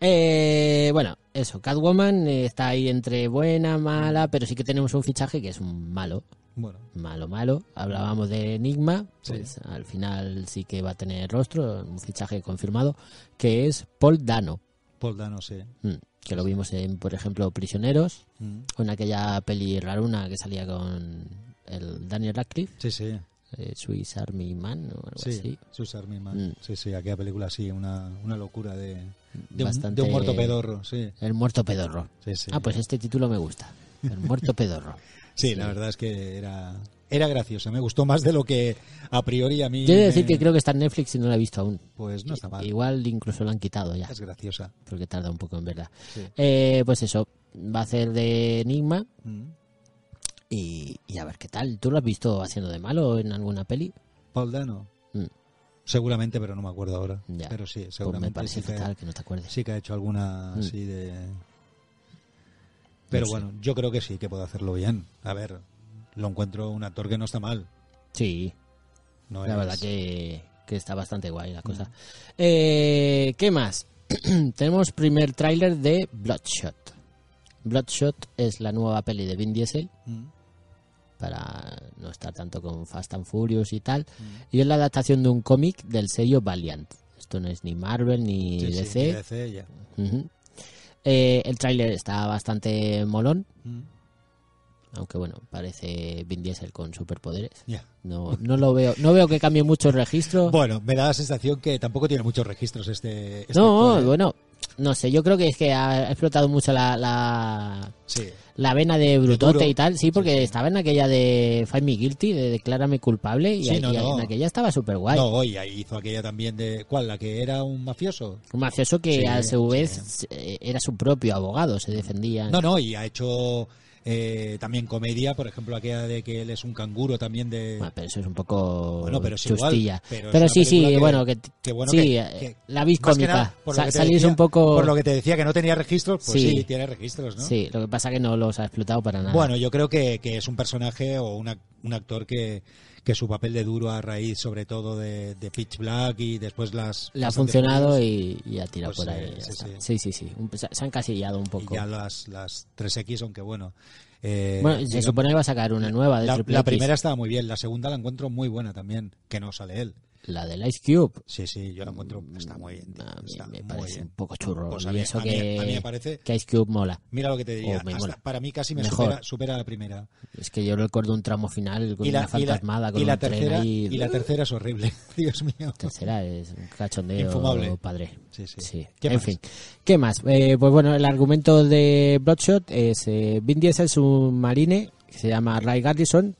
[SPEAKER 2] Eh, bueno, eso, Catwoman eh, está ahí entre buena, mala, pero sí que tenemos un fichaje que es un malo.
[SPEAKER 1] Bueno,
[SPEAKER 2] malo, malo. Hablábamos de Enigma,
[SPEAKER 1] Sí.
[SPEAKER 2] pues al final sí que va a tener rostro, un fichaje confirmado, que es Paul Dano,
[SPEAKER 1] Paul Dano, sí.
[SPEAKER 2] mm, que lo vimos en, por ejemplo, Prisioneros,
[SPEAKER 1] Mm.
[SPEAKER 2] o en aquella peli raruna que salía con el Daniel Radcliffe,
[SPEAKER 1] Sí, sí.
[SPEAKER 2] eh, Swiss Army Man o algo
[SPEAKER 1] Sí,
[SPEAKER 2] así.
[SPEAKER 1] Swiss Army Man.
[SPEAKER 2] Mm.
[SPEAKER 1] Sí, sí, aquella película sí, una, una locura de, de un- de
[SPEAKER 2] Bastante-
[SPEAKER 1] un muerto pedorro, sí.
[SPEAKER 2] El muerto pedorro.
[SPEAKER 1] Sí, sí.
[SPEAKER 2] Ah, pues este título me gusta. El muerto pedorro.
[SPEAKER 1] Sí, la verdad es que era, era graciosa, me gustó más de lo que a priori a mí...
[SPEAKER 2] Yo he de decir
[SPEAKER 1] me-
[SPEAKER 2] que creo que está en Netflix y no la he visto aún.
[SPEAKER 1] Pues no está mal,
[SPEAKER 2] Igual incluso la han quitado ya,
[SPEAKER 1] es graciosa.
[SPEAKER 2] porque tarda un poco en verla.
[SPEAKER 1] Sí.
[SPEAKER 2] Eh, pues eso, va a ser de Enigma
[SPEAKER 1] Mm.
[SPEAKER 2] y, y a ver qué tal. ¿Tú lo has visto haciendo de malo en alguna peli? Pues
[SPEAKER 1] Paul Dano,
[SPEAKER 2] Mm.
[SPEAKER 1] seguramente, pero no me acuerdo ahora.
[SPEAKER 2] Ya.
[SPEAKER 1] Pero sí,
[SPEAKER 2] Pues me
[SPEAKER 1] seguramente sí,
[SPEAKER 2] parece
[SPEAKER 1] que,
[SPEAKER 2] fatal que no te acuerdes.
[SPEAKER 1] sí que ha hecho alguna
[SPEAKER 2] Mm.
[SPEAKER 1] así de... Pero
[SPEAKER 2] sé.
[SPEAKER 1] bueno, yo creo que sí, que puede hacerlo bien. A ver, lo encuentro un actor que no está mal.
[SPEAKER 2] Sí,
[SPEAKER 1] No
[SPEAKER 2] la
[SPEAKER 1] es-
[SPEAKER 2] verdad que, que está bastante guay la cosa. Eh, ¿Qué más? Tenemos primer tráiler de Bloodshot. Bloodshot es la nueva peli de Vin Diesel
[SPEAKER 1] Mm.
[SPEAKER 2] para no estar tanto con Fast and Furious y tal.
[SPEAKER 1] Mm.
[SPEAKER 2] Y es la adaptación de un cómic del sello Valiant. Esto no es ni Marvel ni
[SPEAKER 1] Sí, sí,
[SPEAKER 2] DC.
[SPEAKER 1] y DC, ya.
[SPEAKER 2] Ujú. Eh, el tráiler está bastante molón,
[SPEAKER 1] Mm.
[SPEAKER 2] aunque bueno, parece Vin Diesel con superpoderes.
[SPEAKER 1] Ya.
[SPEAKER 2] No, no lo veo, no veo que cambie mucho el registro.
[SPEAKER 1] Bueno, me da la sensación que tampoco tiene muchos registros este. este
[SPEAKER 2] no,
[SPEAKER 1] actor, ¿eh?
[SPEAKER 2] bueno, no sé, yo creo que es que ha explotado mucho la, la,
[SPEAKER 1] Sí,
[SPEAKER 2] la vena de Brutote
[SPEAKER 1] duro.
[SPEAKER 2] y tal, sí, porque
[SPEAKER 1] Sí, sí.
[SPEAKER 2] estaba en aquella de Find Me Guilty, de Declárame Culpable, y,
[SPEAKER 1] Sí,
[SPEAKER 2] ahí-
[SPEAKER 1] no,
[SPEAKER 2] y ahí-
[SPEAKER 1] no.
[SPEAKER 2] en aquella estaba súper guay.
[SPEAKER 1] no, hoy ahí hizo aquella también de. ¿Cuál? ¿La que era un mafioso?
[SPEAKER 2] Un mafioso que
[SPEAKER 1] Sí,
[SPEAKER 2] a su
[SPEAKER 1] sí.
[SPEAKER 2] vez eh, era su propio abogado, se defendía.
[SPEAKER 1] No, no, y ha hecho eh, también comedia, por ejemplo, aquella de que él es un canguro también de.
[SPEAKER 2] Bueno, pero eso es un poco
[SPEAKER 1] Bueno, pero es igual,
[SPEAKER 2] chustilla.
[SPEAKER 1] pero es
[SPEAKER 2] pero
[SPEAKER 1] una
[SPEAKER 2] sí, sí,
[SPEAKER 1] película que-
[SPEAKER 2] bueno, que,
[SPEAKER 1] que bueno,
[SPEAKER 2] sí,
[SPEAKER 1] que-
[SPEAKER 2] eh,
[SPEAKER 1] que-
[SPEAKER 2] la vis
[SPEAKER 1] Más que
[SPEAKER 2] cómica.
[SPEAKER 1] nada, por lo
[SPEAKER 2] Sa-
[SPEAKER 1] que te
[SPEAKER 2] salís
[SPEAKER 1] decía-
[SPEAKER 2] un poco...
[SPEAKER 1] Por lo que te decía que no tenía registros, pues
[SPEAKER 2] Sí.
[SPEAKER 1] sí, tiene registros, ¿no?
[SPEAKER 2] Sí, lo que pasa que no los ha explotado para nada.
[SPEAKER 1] Bueno, yo creo que, que es un personaje o una- un actor que, que su papel de duro a raíz, sobre todo de, de Pitch Black y después las.
[SPEAKER 2] le ha
[SPEAKER 1] Fast and the
[SPEAKER 2] funcionado
[SPEAKER 1] Furious.
[SPEAKER 2] y, y ha tirado
[SPEAKER 1] Pues
[SPEAKER 2] por
[SPEAKER 1] sí,
[SPEAKER 2] ahí. ya
[SPEAKER 1] sí,
[SPEAKER 2] está.
[SPEAKER 1] sí.
[SPEAKER 2] Sí, sí, sí. Un- se se han casillado un
[SPEAKER 1] y
[SPEAKER 2] poco.
[SPEAKER 1] ya las, las 3X, aunque bueno. eh,
[SPEAKER 2] bueno, se
[SPEAKER 1] digamos,
[SPEAKER 2] supone que va a sacar una nueva de
[SPEAKER 1] la,
[SPEAKER 2] Triple
[SPEAKER 1] la
[SPEAKER 2] X,
[SPEAKER 1] primera estaba muy bien, la segunda la encuentro muy buena también, que no sale él.
[SPEAKER 2] La del Ice Cube.
[SPEAKER 1] Sí, sí, yo la encuentro, está muy bien. tío,
[SPEAKER 2] A mí
[SPEAKER 1] está
[SPEAKER 2] me
[SPEAKER 1] muy
[SPEAKER 2] parece
[SPEAKER 1] bien.
[SPEAKER 2] un poco churro.
[SPEAKER 1] Pues a
[SPEAKER 2] y
[SPEAKER 1] mí-
[SPEAKER 2] eso
[SPEAKER 1] a mí-
[SPEAKER 2] que,
[SPEAKER 1] a mí me parece-
[SPEAKER 2] que Ice Cube mola.
[SPEAKER 1] Mira lo que te diría,
[SPEAKER 2] Oh, me
[SPEAKER 1] hasta-
[SPEAKER 2] mola.
[SPEAKER 1] para mí casi me
[SPEAKER 2] Mejor.
[SPEAKER 1] supera, supera la primera.
[SPEAKER 2] Es que yo recuerdo un tramo final con
[SPEAKER 1] Y la,
[SPEAKER 2] una
[SPEAKER 1] y la-
[SPEAKER 2] fantasmada, con
[SPEAKER 1] y la
[SPEAKER 2] un tren
[SPEAKER 1] tercera,
[SPEAKER 2] ahí.
[SPEAKER 1] y la tercera es horrible, Dios mío.
[SPEAKER 2] tercera es un cachondeo
[SPEAKER 1] Infumable.
[SPEAKER 2] padre.
[SPEAKER 1] Sí, sí.
[SPEAKER 2] Sí.
[SPEAKER 1] ¿Qué
[SPEAKER 2] en
[SPEAKER 1] más?
[SPEAKER 2] fin. ¿Qué más? Eh, pues bueno, el argumento de Bloodshot es eh, Vin Diesel es un marine que se llama Ray Garrison,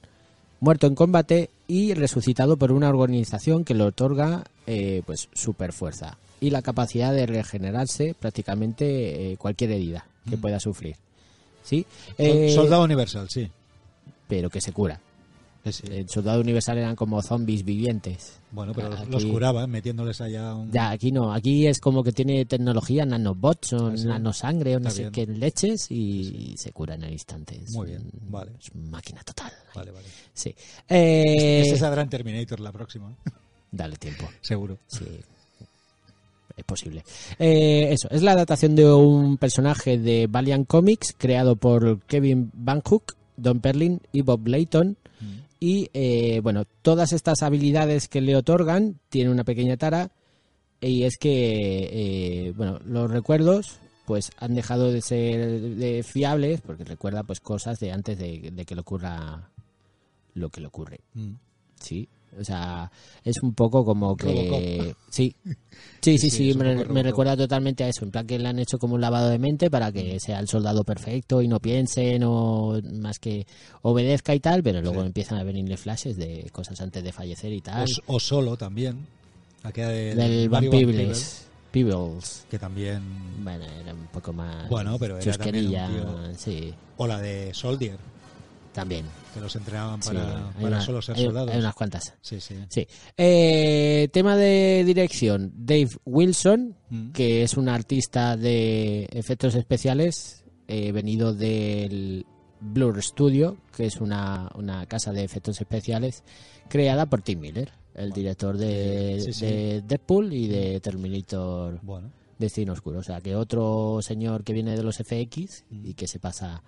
[SPEAKER 2] muerto en combate y resucitado por una organización que le otorga eh, pues super fuerza y la capacidad de regenerarse prácticamente eh, cualquier herida que pueda sufrir. ¿Sí? Eh,
[SPEAKER 1] Soldado Universal, sí.
[SPEAKER 2] Pero que se cura.
[SPEAKER 1] Sí, sí.
[SPEAKER 2] En Soldado Universal eran como zombies vivientes. Ah,
[SPEAKER 1] bueno, pero
[SPEAKER 2] aquí-
[SPEAKER 1] los curaban metiéndoles allá un...
[SPEAKER 2] Ya, aquí no. Aquí es como que tiene tecnología, nanobots o
[SPEAKER 1] Ah, sí.
[SPEAKER 2] nanosangre o no
[SPEAKER 1] Está
[SPEAKER 2] sé
[SPEAKER 1] bien.
[SPEAKER 2] qué leches y, y se cura en el instante. Es
[SPEAKER 1] Muy bien,
[SPEAKER 2] un-
[SPEAKER 1] vale.
[SPEAKER 2] es máquina total.
[SPEAKER 1] Vale, vale.
[SPEAKER 2] Sí. Eh,
[SPEAKER 1] Ese saldrá en Terminator la próxima,
[SPEAKER 2] Dale tiempo.
[SPEAKER 1] seguro.
[SPEAKER 2] Sí. Es posible. Eh, eso, es la adaptación de un personaje de Valiant Comics creado por Kevin Van Hook, Don Perlin y Bob Layton. Y eh, bueno, todas estas habilidades que le otorgan tiene una pequeña tara. Y es que, eh, bueno, los recuerdos pues han dejado de ser de fiables porque recuerda pues cosas de antes de, de que le ocurra lo que le ocurre.
[SPEAKER 1] Mm.
[SPEAKER 2] Sí, o sea, es un poco como que...
[SPEAKER 1] Robocop.
[SPEAKER 2] Sí, sí, sí,
[SPEAKER 1] Sí,
[SPEAKER 2] sí,
[SPEAKER 1] es un
[SPEAKER 2] me,
[SPEAKER 1] poco
[SPEAKER 2] me
[SPEAKER 1] Robocop.
[SPEAKER 2] recuerda totalmente a eso. En plan que le han hecho como un lavado de mente para que sea el soldado perfecto y no piense, no más que obedezca y tal, pero luego
[SPEAKER 1] Sí.
[SPEAKER 2] empiezan a venirle flashes de cosas antes de fallecer y
[SPEAKER 1] O,
[SPEAKER 2] tal.
[SPEAKER 1] o solo también. Aquella de,
[SPEAKER 2] Del Van
[SPEAKER 1] eh, Barry Van Peebles,
[SPEAKER 2] Peebles. Peebles.
[SPEAKER 1] Que también.
[SPEAKER 2] Bueno, era un poco más...
[SPEAKER 1] Bueno, pero era también un
[SPEAKER 2] chusquerilla,
[SPEAKER 1] tío-
[SPEAKER 2] sí,
[SPEAKER 1] O la de Soldier,
[SPEAKER 2] también.
[SPEAKER 1] que los entrenaban
[SPEAKER 2] sí.
[SPEAKER 1] para,
[SPEAKER 2] Hay
[SPEAKER 1] para
[SPEAKER 2] una-
[SPEAKER 1] solo ser
[SPEAKER 2] hay-
[SPEAKER 1] soldados.
[SPEAKER 2] hay unas cuantas.
[SPEAKER 1] Sí, sí.
[SPEAKER 2] Sí. Eh, tema de dirección. Dave Wilson,
[SPEAKER 1] Mm.
[SPEAKER 2] que es un artista de efectos especiales, eh, venido del Blur Studio, que es una, una casa de efectos especiales creada por Tim Miller, el director de,
[SPEAKER 1] Sí, sí.
[SPEAKER 2] de Deadpool y de Terminator
[SPEAKER 1] Bueno,
[SPEAKER 2] Destino Oscuro. O sea, que otro señor que viene de los FX y que se pasa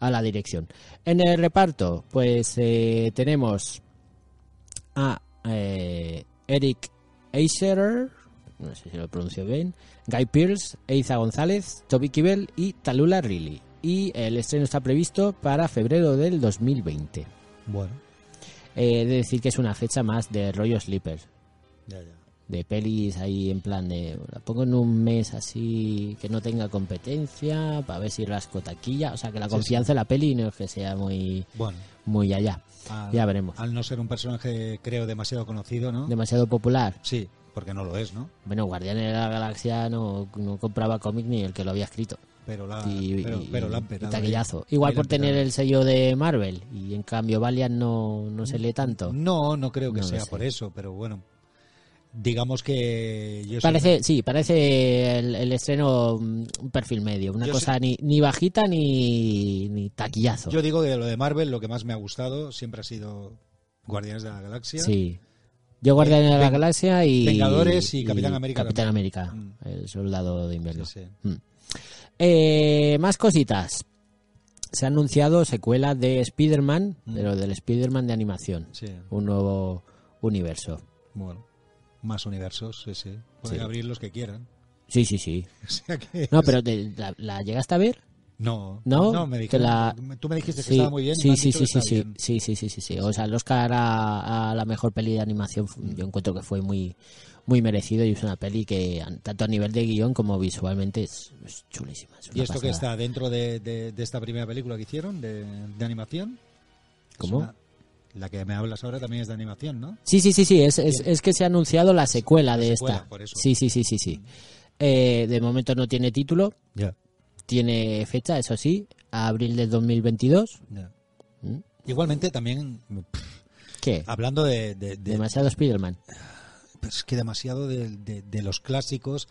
[SPEAKER 2] a la dirección. En el reparto, pues eh, tenemos a eh, Eric Eiserer, no sé si lo pronuncio bien, Guy Pearce, Eiza González, Toby Kibel y Talula Riley. Y el estreno está previsto para febrero del 2020.
[SPEAKER 1] Bueno,
[SPEAKER 2] Eh, he de decir que es una fecha más de rollo sleeper,
[SPEAKER 1] ya, ya.
[SPEAKER 2] de pelis ahí en plan de la pongo en un mes así que no tenga competencia para ver si rasco taquilla, o sea que la confianza en la peli no es que sea muy
[SPEAKER 1] Bueno,
[SPEAKER 2] muy allá,
[SPEAKER 1] al,
[SPEAKER 2] ya veremos.
[SPEAKER 1] al no ser un personaje, creo, demasiado conocido, Ah, ¿no?
[SPEAKER 2] Demasiado popular.
[SPEAKER 1] Sí, porque no lo es, ¿no?
[SPEAKER 2] Bueno, Guardianes de la Galaxia no, no compraba cómic ni el que lo había escrito.
[SPEAKER 1] Pero la,
[SPEAKER 2] y,
[SPEAKER 1] pero,
[SPEAKER 2] y-
[SPEAKER 1] pero la
[SPEAKER 2] y
[SPEAKER 1] han petado, ¿eh?
[SPEAKER 2] taquillazo. Igual
[SPEAKER 1] Ahí la
[SPEAKER 2] por
[SPEAKER 1] han petado.
[SPEAKER 2] tener el sello de Marvel y en cambio Valiant no, no se lee tanto.
[SPEAKER 1] No, no creo que
[SPEAKER 2] No lo
[SPEAKER 1] sea
[SPEAKER 2] sé.
[SPEAKER 1] por eso, pero bueno. Digamos que yo
[SPEAKER 2] Parece, sí, parece el, el estreno mm, un perfil medio, una
[SPEAKER 1] Yo
[SPEAKER 2] cosa ni, ni bajita ni, ni taquillazo.
[SPEAKER 1] Yo digo que de lo de Marvel lo que más me ha gustado siempre ha sido Guardianes de la Galaxia.
[SPEAKER 2] sí. Yo Guardianes de la
[SPEAKER 1] Ven-
[SPEAKER 2] Galaxia y
[SPEAKER 1] Vengadores y Capitán América
[SPEAKER 2] Capitán
[SPEAKER 1] también.
[SPEAKER 2] América,
[SPEAKER 1] Mm.
[SPEAKER 2] el soldado de invierno.
[SPEAKER 1] Sí, sí.
[SPEAKER 2] Mm. Eh, más cositas. Se ha anunciado secuela de Spider-Man,
[SPEAKER 1] Mm.
[SPEAKER 2] pero del Spider-Man de animación.
[SPEAKER 1] Sí,
[SPEAKER 2] Un nuevo universo.
[SPEAKER 1] bueno. Más universos, sí, sí. Pueden
[SPEAKER 2] Sí.
[SPEAKER 1] abrir los que quieran.
[SPEAKER 2] Sí, sí, sí.
[SPEAKER 1] O sea que-
[SPEAKER 2] No, pero te- la, la llegaste a ver?
[SPEAKER 1] No,
[SPEAKER 2] No,
[SPEAKER 1] me
[SPEAKER 2] que
[SPEAKER 1] dijeron-
[SPEAKER 2] la-
[SPEAKER 1] Tú me dijiste que
[SPEAKER 2] Sí,
[SPEAKER 1] estaba muy bien. me
[SPEAKER 2] Sí,
[SPEAKER 1] han
[SPEAKER 2] sí,
[SPEAKER 1] dicho
[SPEAKER 2] sí,
[SPEAKER 1] que
[SPEAKER 2] sí,
[SPEAKER 1] está
[SPEAKER 2] sí,
[SPEAKER 1] bien.
[SPEAKER 2] sí, sí, sí, sí, sí. O sea, el Oscar a, a la mejor peli de animación fu- yo encuentro que fue muy muy merecido y es una peli que an- tanto a nivel de guión como visualmente es, es chulísima. es
[SPEAKER 1] ¿Y
[SPEAKER 2] una
[SPEAKER 1] esto que
[SPEAKER 2] pasada.
[SPEAKER 1] está dentro de, de- de esta primera película que hicieron de, de animación? Es
[SPEAKER 2] ¿Cómo?
[SPEAKER 1] una- la que me hablas ahora también es de animación, ¿no?
[SPEAKER 2] Sí, sí, sí, sí, es, es,
[SPEAKER 1] Bien.
[SPEAKER 2] es que se ha anunciado la secuela
[SPEAKER 1] La
[SPEAKER 2] de
[SPEAKER 1] secuela,
[SPEAKER 2] esta.
[SPEAKER 1] por eso. Mm.
[SPEAKER 2] Sí, sí, sí, sí, sí. Eh, de momento no tiene título,
[SPEAKER 1] Ya,
[SPEAKER 2] tiene fecha, eso sí, a abril de 2022.
[SPEAKER 1] ya.
[SPEAKER 2] ¿Mm?
[SPEAKER 1] Igualmente también, pff,
[SPEAKER 2] ¿Qué?
[SPEAKER 1] hablando de... de- de-
[SPEAKER 2] Demasiado Spider-Man.
[SPEAKER 1] pues es que demasiado de, de- de los clásicos,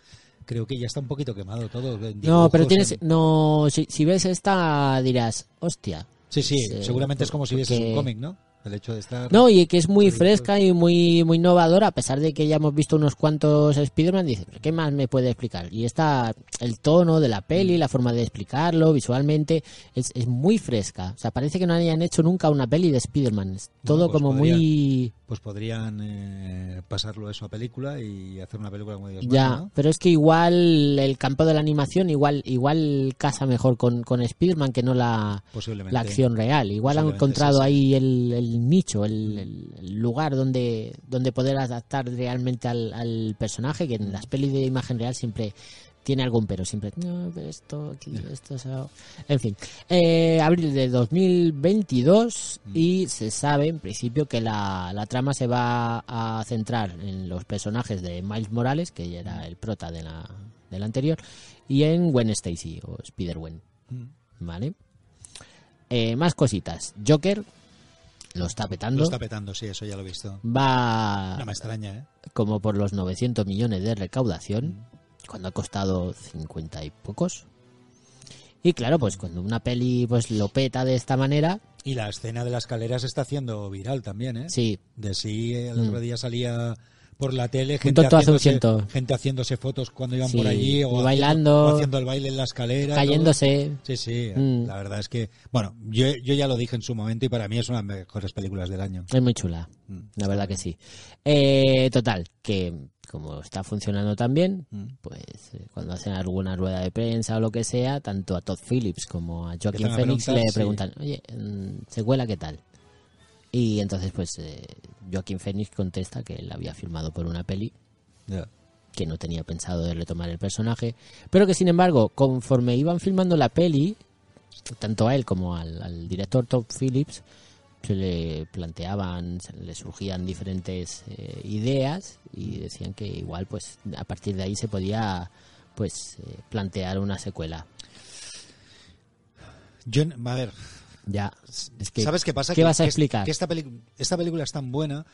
[SPEAKER 1] creo que ya está un poquito quemado todo. en
[SPEAKER 2] No, pero
[SPEAKER 1] dibujos,
[SPEAKER 2] tienes...
[SPEAKER 1] en-
[SPEAKER 2] No, si, si ves esta dirás, hostia,
[SPEAKER 1] Sí, sí,
[SPEAKER 2] Sí,
[SPEAKER 1] seguramente es como si vieses
[SPEAKER 2] porque-
[SPEAKER 1] un cómic, ¿no? El hecho de estar...
[SPEAKER 2] No, y que es muy
[SPEAKER 1] Pero
[SPEAKER 2] fresca y muy muy innovadora, a pesar de que ya hemos visto unos cuantos Spider-Man, dice, ¿qué más me puede explicar? Y está el tono de la peli, la forma de explicarlo visualmente, es, es muy fresca. O sea, parece que no hayan hecho nunca una peli de Spider-Man. Es todo
[SPEAKER 1] pues
[SPEAKER 2] como
[SPEAKER 1] podrían.
[SPEAKER 2] muy...
[SPEAKER 1] Pues podrían eh, pasarlo eso a película y hacer una película como Dios
[SPEAKER 2] Ya,
[SPEAKER 1] manda, ¿no?
[SPEAKER 2] pero es que igual el campo de la animación igual igual casa mejor con, con Spider-Man que no la,
[SPEAKER 1] Posiblemente.
[SPEAKER 2] la acción real. Igual han
[SPEAKER 1] Posiblemente
[SPEAKER 2] encontrado
[SPEAKER 1] sí, sí.
[SPEAKER 2] ahí el, el nicho, el, el- el lugar donde, donde poder adaptar realmente al, al personaje, que en las pelis de imagen real siempre tiene algún pero, siempre, no, pero esto, aquí, esto, eso". En fin, Eh, abril de 2022 y se sabe en principio que la, la trama se va a centrar en los personajes de Miles Morales, que ya era el prota de la, de la anterior, y en Gwen Stacy o Spider-Gwen.
[SPEAKER 1] Mm.
[SPEAKER 2] ¿Vale? Eh, más cositas. Joker lo está petando.
[SPEAKER 1] Lo está petando, sí, eso ya lo he visto.
[SPEAKER 2] Va
[SPEAKER 1] No me extraña, ¿eh?
[SPEAKER 2] como por los 900 millones de recaudación, cuando ha costado 50 y pocos. Y claro, pues cuando una peli pues lo peta de esta manera,
[SPEAKER 1] Y la escena de las escaleras está haciendo viral también, ¿eh?
[SPEAKER 2] sí,
[SPEAKER 1] De sí, el otro día salía por la tele gente,
[SPEAKER 2] tonto hace un
[SPEAKER 1] haciéndose,
[SPEAKER 2] ciento.
[SPEAKER 1] gente haciéndose fotos cuando iban
[SPEAKER 2] Sí,
[SPEAKER 1] por allí
[SPEAKER 2] y
[SPEAKER 1] o haciendo-
[SPEAKER 2] bailando.
[SPEAKER 1] o haciendo el baile en la escalera.
[SPEAKER 2] cayéndose.
[SPEAKER 1] ¿no? Sí, sí, eh,
[SPEAKER 2] Mm.
[SPEAKER 1] la verdad es que, bueno, yo, yo ya lo dije en su momento y para mí es una de las mejores películas del año.
[SPEAKER 2] Es muy chula,
[SPEAKER 1] Mm.
[SPEAKER 2] la verdad que sí. Eh, total, que como está funcionando tan bien,
[SPEAKER 1] Mm.
[SPEAKER 2] pues eh, cuando hacen alguna rueda de prensa o lo que sea, tanto a Todd Phillips como a Joaquín
[SPEAKER 1] Empiezan a
[SPEAKER 2] Phoenix
[SPEAKER 1] preguntar,
[SPEAKER 2] le
[SPEAKER 1] sí.
[SPEAKER 2] preguntan, oye, mm, ¿secuela qué tal? Y entonces pues eh, Joaquín Phoenix contesta que él había firmado por una peli
[SPEAKER 1] Ya.
[SPEAKER 2] que no tenía pensado de retomar el personaje, pero que sin embargo, conforme iban filmando la peli, tanto a él como al, al director Todd Phillips, se le planteaban, se le surgían diferentes eh, ideas y decían que igual, pues, a partir de ahí se podía, pues, eh, plantear una secuela.
[SPEAKER 1] Yo, a ver,
[SPEAKER 2] Ya, es que,
[SPEAKER 1] ¿sabes qué pasa?
[SPEAKER 2] ¿Qué
[SPEAKER 1] Que-
[SPEAKER 2] vas a
[SPEAKER 1] que-
[SPEAKER 2] explicar?
[SPEAKER 1] Que esta, pelicu- esta película es tan buena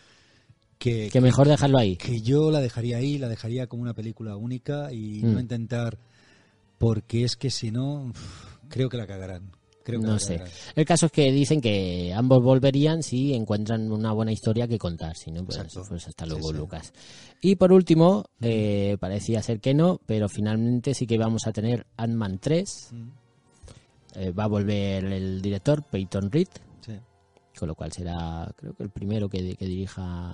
[SPEAKER 1] que,
[SPEAKER 2] que mejor dejarlo ahí.
[SPEAKER 1] que yo la dejaría ahí, la dejaría como una película única y
[SPEAKER 2] Mm.
[SPEAKER 1] no intentar, porque es que si no, uf, creo que la cagarán. Creo que
[SPEAKER 2] No
[SPEAKER 1] la
[SPEAKER 2] sé.
[SPEAKER 1] cagarán.
[SPEAKER 2] El caso es que dicen que ambos volverían si encuentran una buena historia que contar. Si no, pues,
[SPEAKER 1] Exacto.
[SPEAKER 2] pues hasta
[SPEAKER 1] Sí,
[SPEAKER 2] luego,
[SPEAKER 1] sí.
[SPEAKER 2] Lucas. Y por último, eh, parecía ser que no, pero finalmente sí que vamos a tener Ant-Man 3.
[SPEAKER 1] Mm.
[SPEAKER 2] Eh, va a volver el director, Peyton Reed,
[SPEAKER 1] Sí.
[SPEAKER 2] con lo cual será, creo que el primero que, que dirija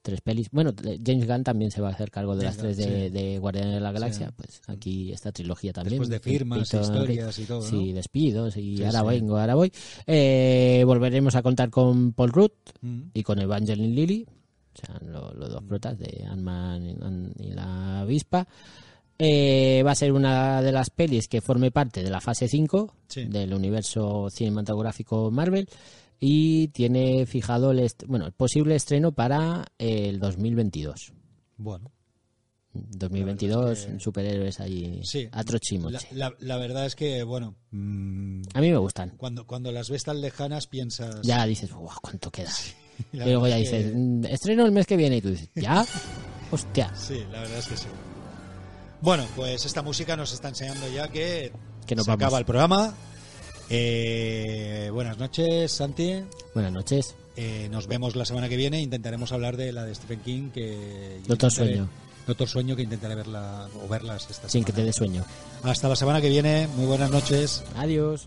[SPEAKER 2] tres pelis. Bueno, t- James Gunn también se va a hacer cargo de
[SPEAKER 1] James
[SPEAKER 2] las tres
[SPEAKER 1] Gunn,
[SPEAKER 2] de,
[SPEAKER 1] sí.
[SPEAKER 2] de Guardianes de la Galaxia.
[SPEAKER 1] Sí.
[SPEAKER 2] Pues aquí esta trilogía también.
[SPEAKER 1] Después de firmas,
[SPEAKER 2] Peyton Reed.
[SPEAKER 1] historias y todo, ¿no?
[SPEAKER 2] Sí, despidos y
[SPEAKER 1] Sí,
[SPEAKER 2] ahora
[SPEAKER 1] sí.
[SPEAKER 2] vengo, ahora voy. Eh, volveremos a contar con Paul Rudd
[SPEAKER 1] Mm.
[SPEAKER 2] y con Evangeline Lilly, o sea, lo- los dos protas de Ant-Man y- Ant- y la avispa. Eh, va a ser una de las pelis que forme parte de la fase 5
[SPEAKER 1] Sí.
[SPEAKER 2] del universo cinematográfico Marvel y tiene fijado el, est- bueno, el posible estreno para el 2022.
[SPEAKER 1] Bueno,
[SPEAKER 2] 2022, superhéroes ahí
[SPEAKER 1] Sí.
[SPEAKER 2] a
[SPEAKER 1] la,
[SPEAKER 2] trochimoche.
[SPEAKER 1] la- la verdad es que, bueno, mm,
[SPEAKER 2] A mí me gustan.
[SPEAKER 1] cuando, cuando las ves tan lejanas piensas...
[SPEAKER 2] Ya dices, "Buah, ¿cuánto queda?
[SPEAKER 1] la
[SPEAKER 2] y luego ya
[SPEAKER 1] verdad es
[SPEAKER 2] dices,
[SPEAKER 1] que-
[SPEAKER 2] "Mm, estreno el mes que viene y tú dices, ¿ya? Hostia.
[SPEAKER 1] Sí, la verdad es que sí. Bueno, pues esta música nos está enseñando ya que,
[SPEAKER 2] Que nos
[SPEAKER 1] se
[SPEAKER 2] vamos.
[SPEAKER 1] acaba el programa. Eh, buenas noches, Santi.
[SPEAKER 2] Buenas noches.
[SPEAKER 1] Eh, nos vemos la semana que viene. Intentaremos hablar de la de Stephen King. Que yo
[SPEAKER 2] Doctor
[SPEAKER 1] intentaré-
[SPEAKER 2] Sueño.
[SPEAKER 1] Doctor Sueño, que intentaré verla o verlas esta
[SPEAKER 2] Sin que
[SPEAKER 1] semana.
[SPEAKER 2] te dé sueño.
[SPEAKER 1] Hasta la semana que viene. Muy buenas noches.
[SPEAKER 2] Adiós.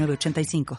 [SPEAKER 6] 906985.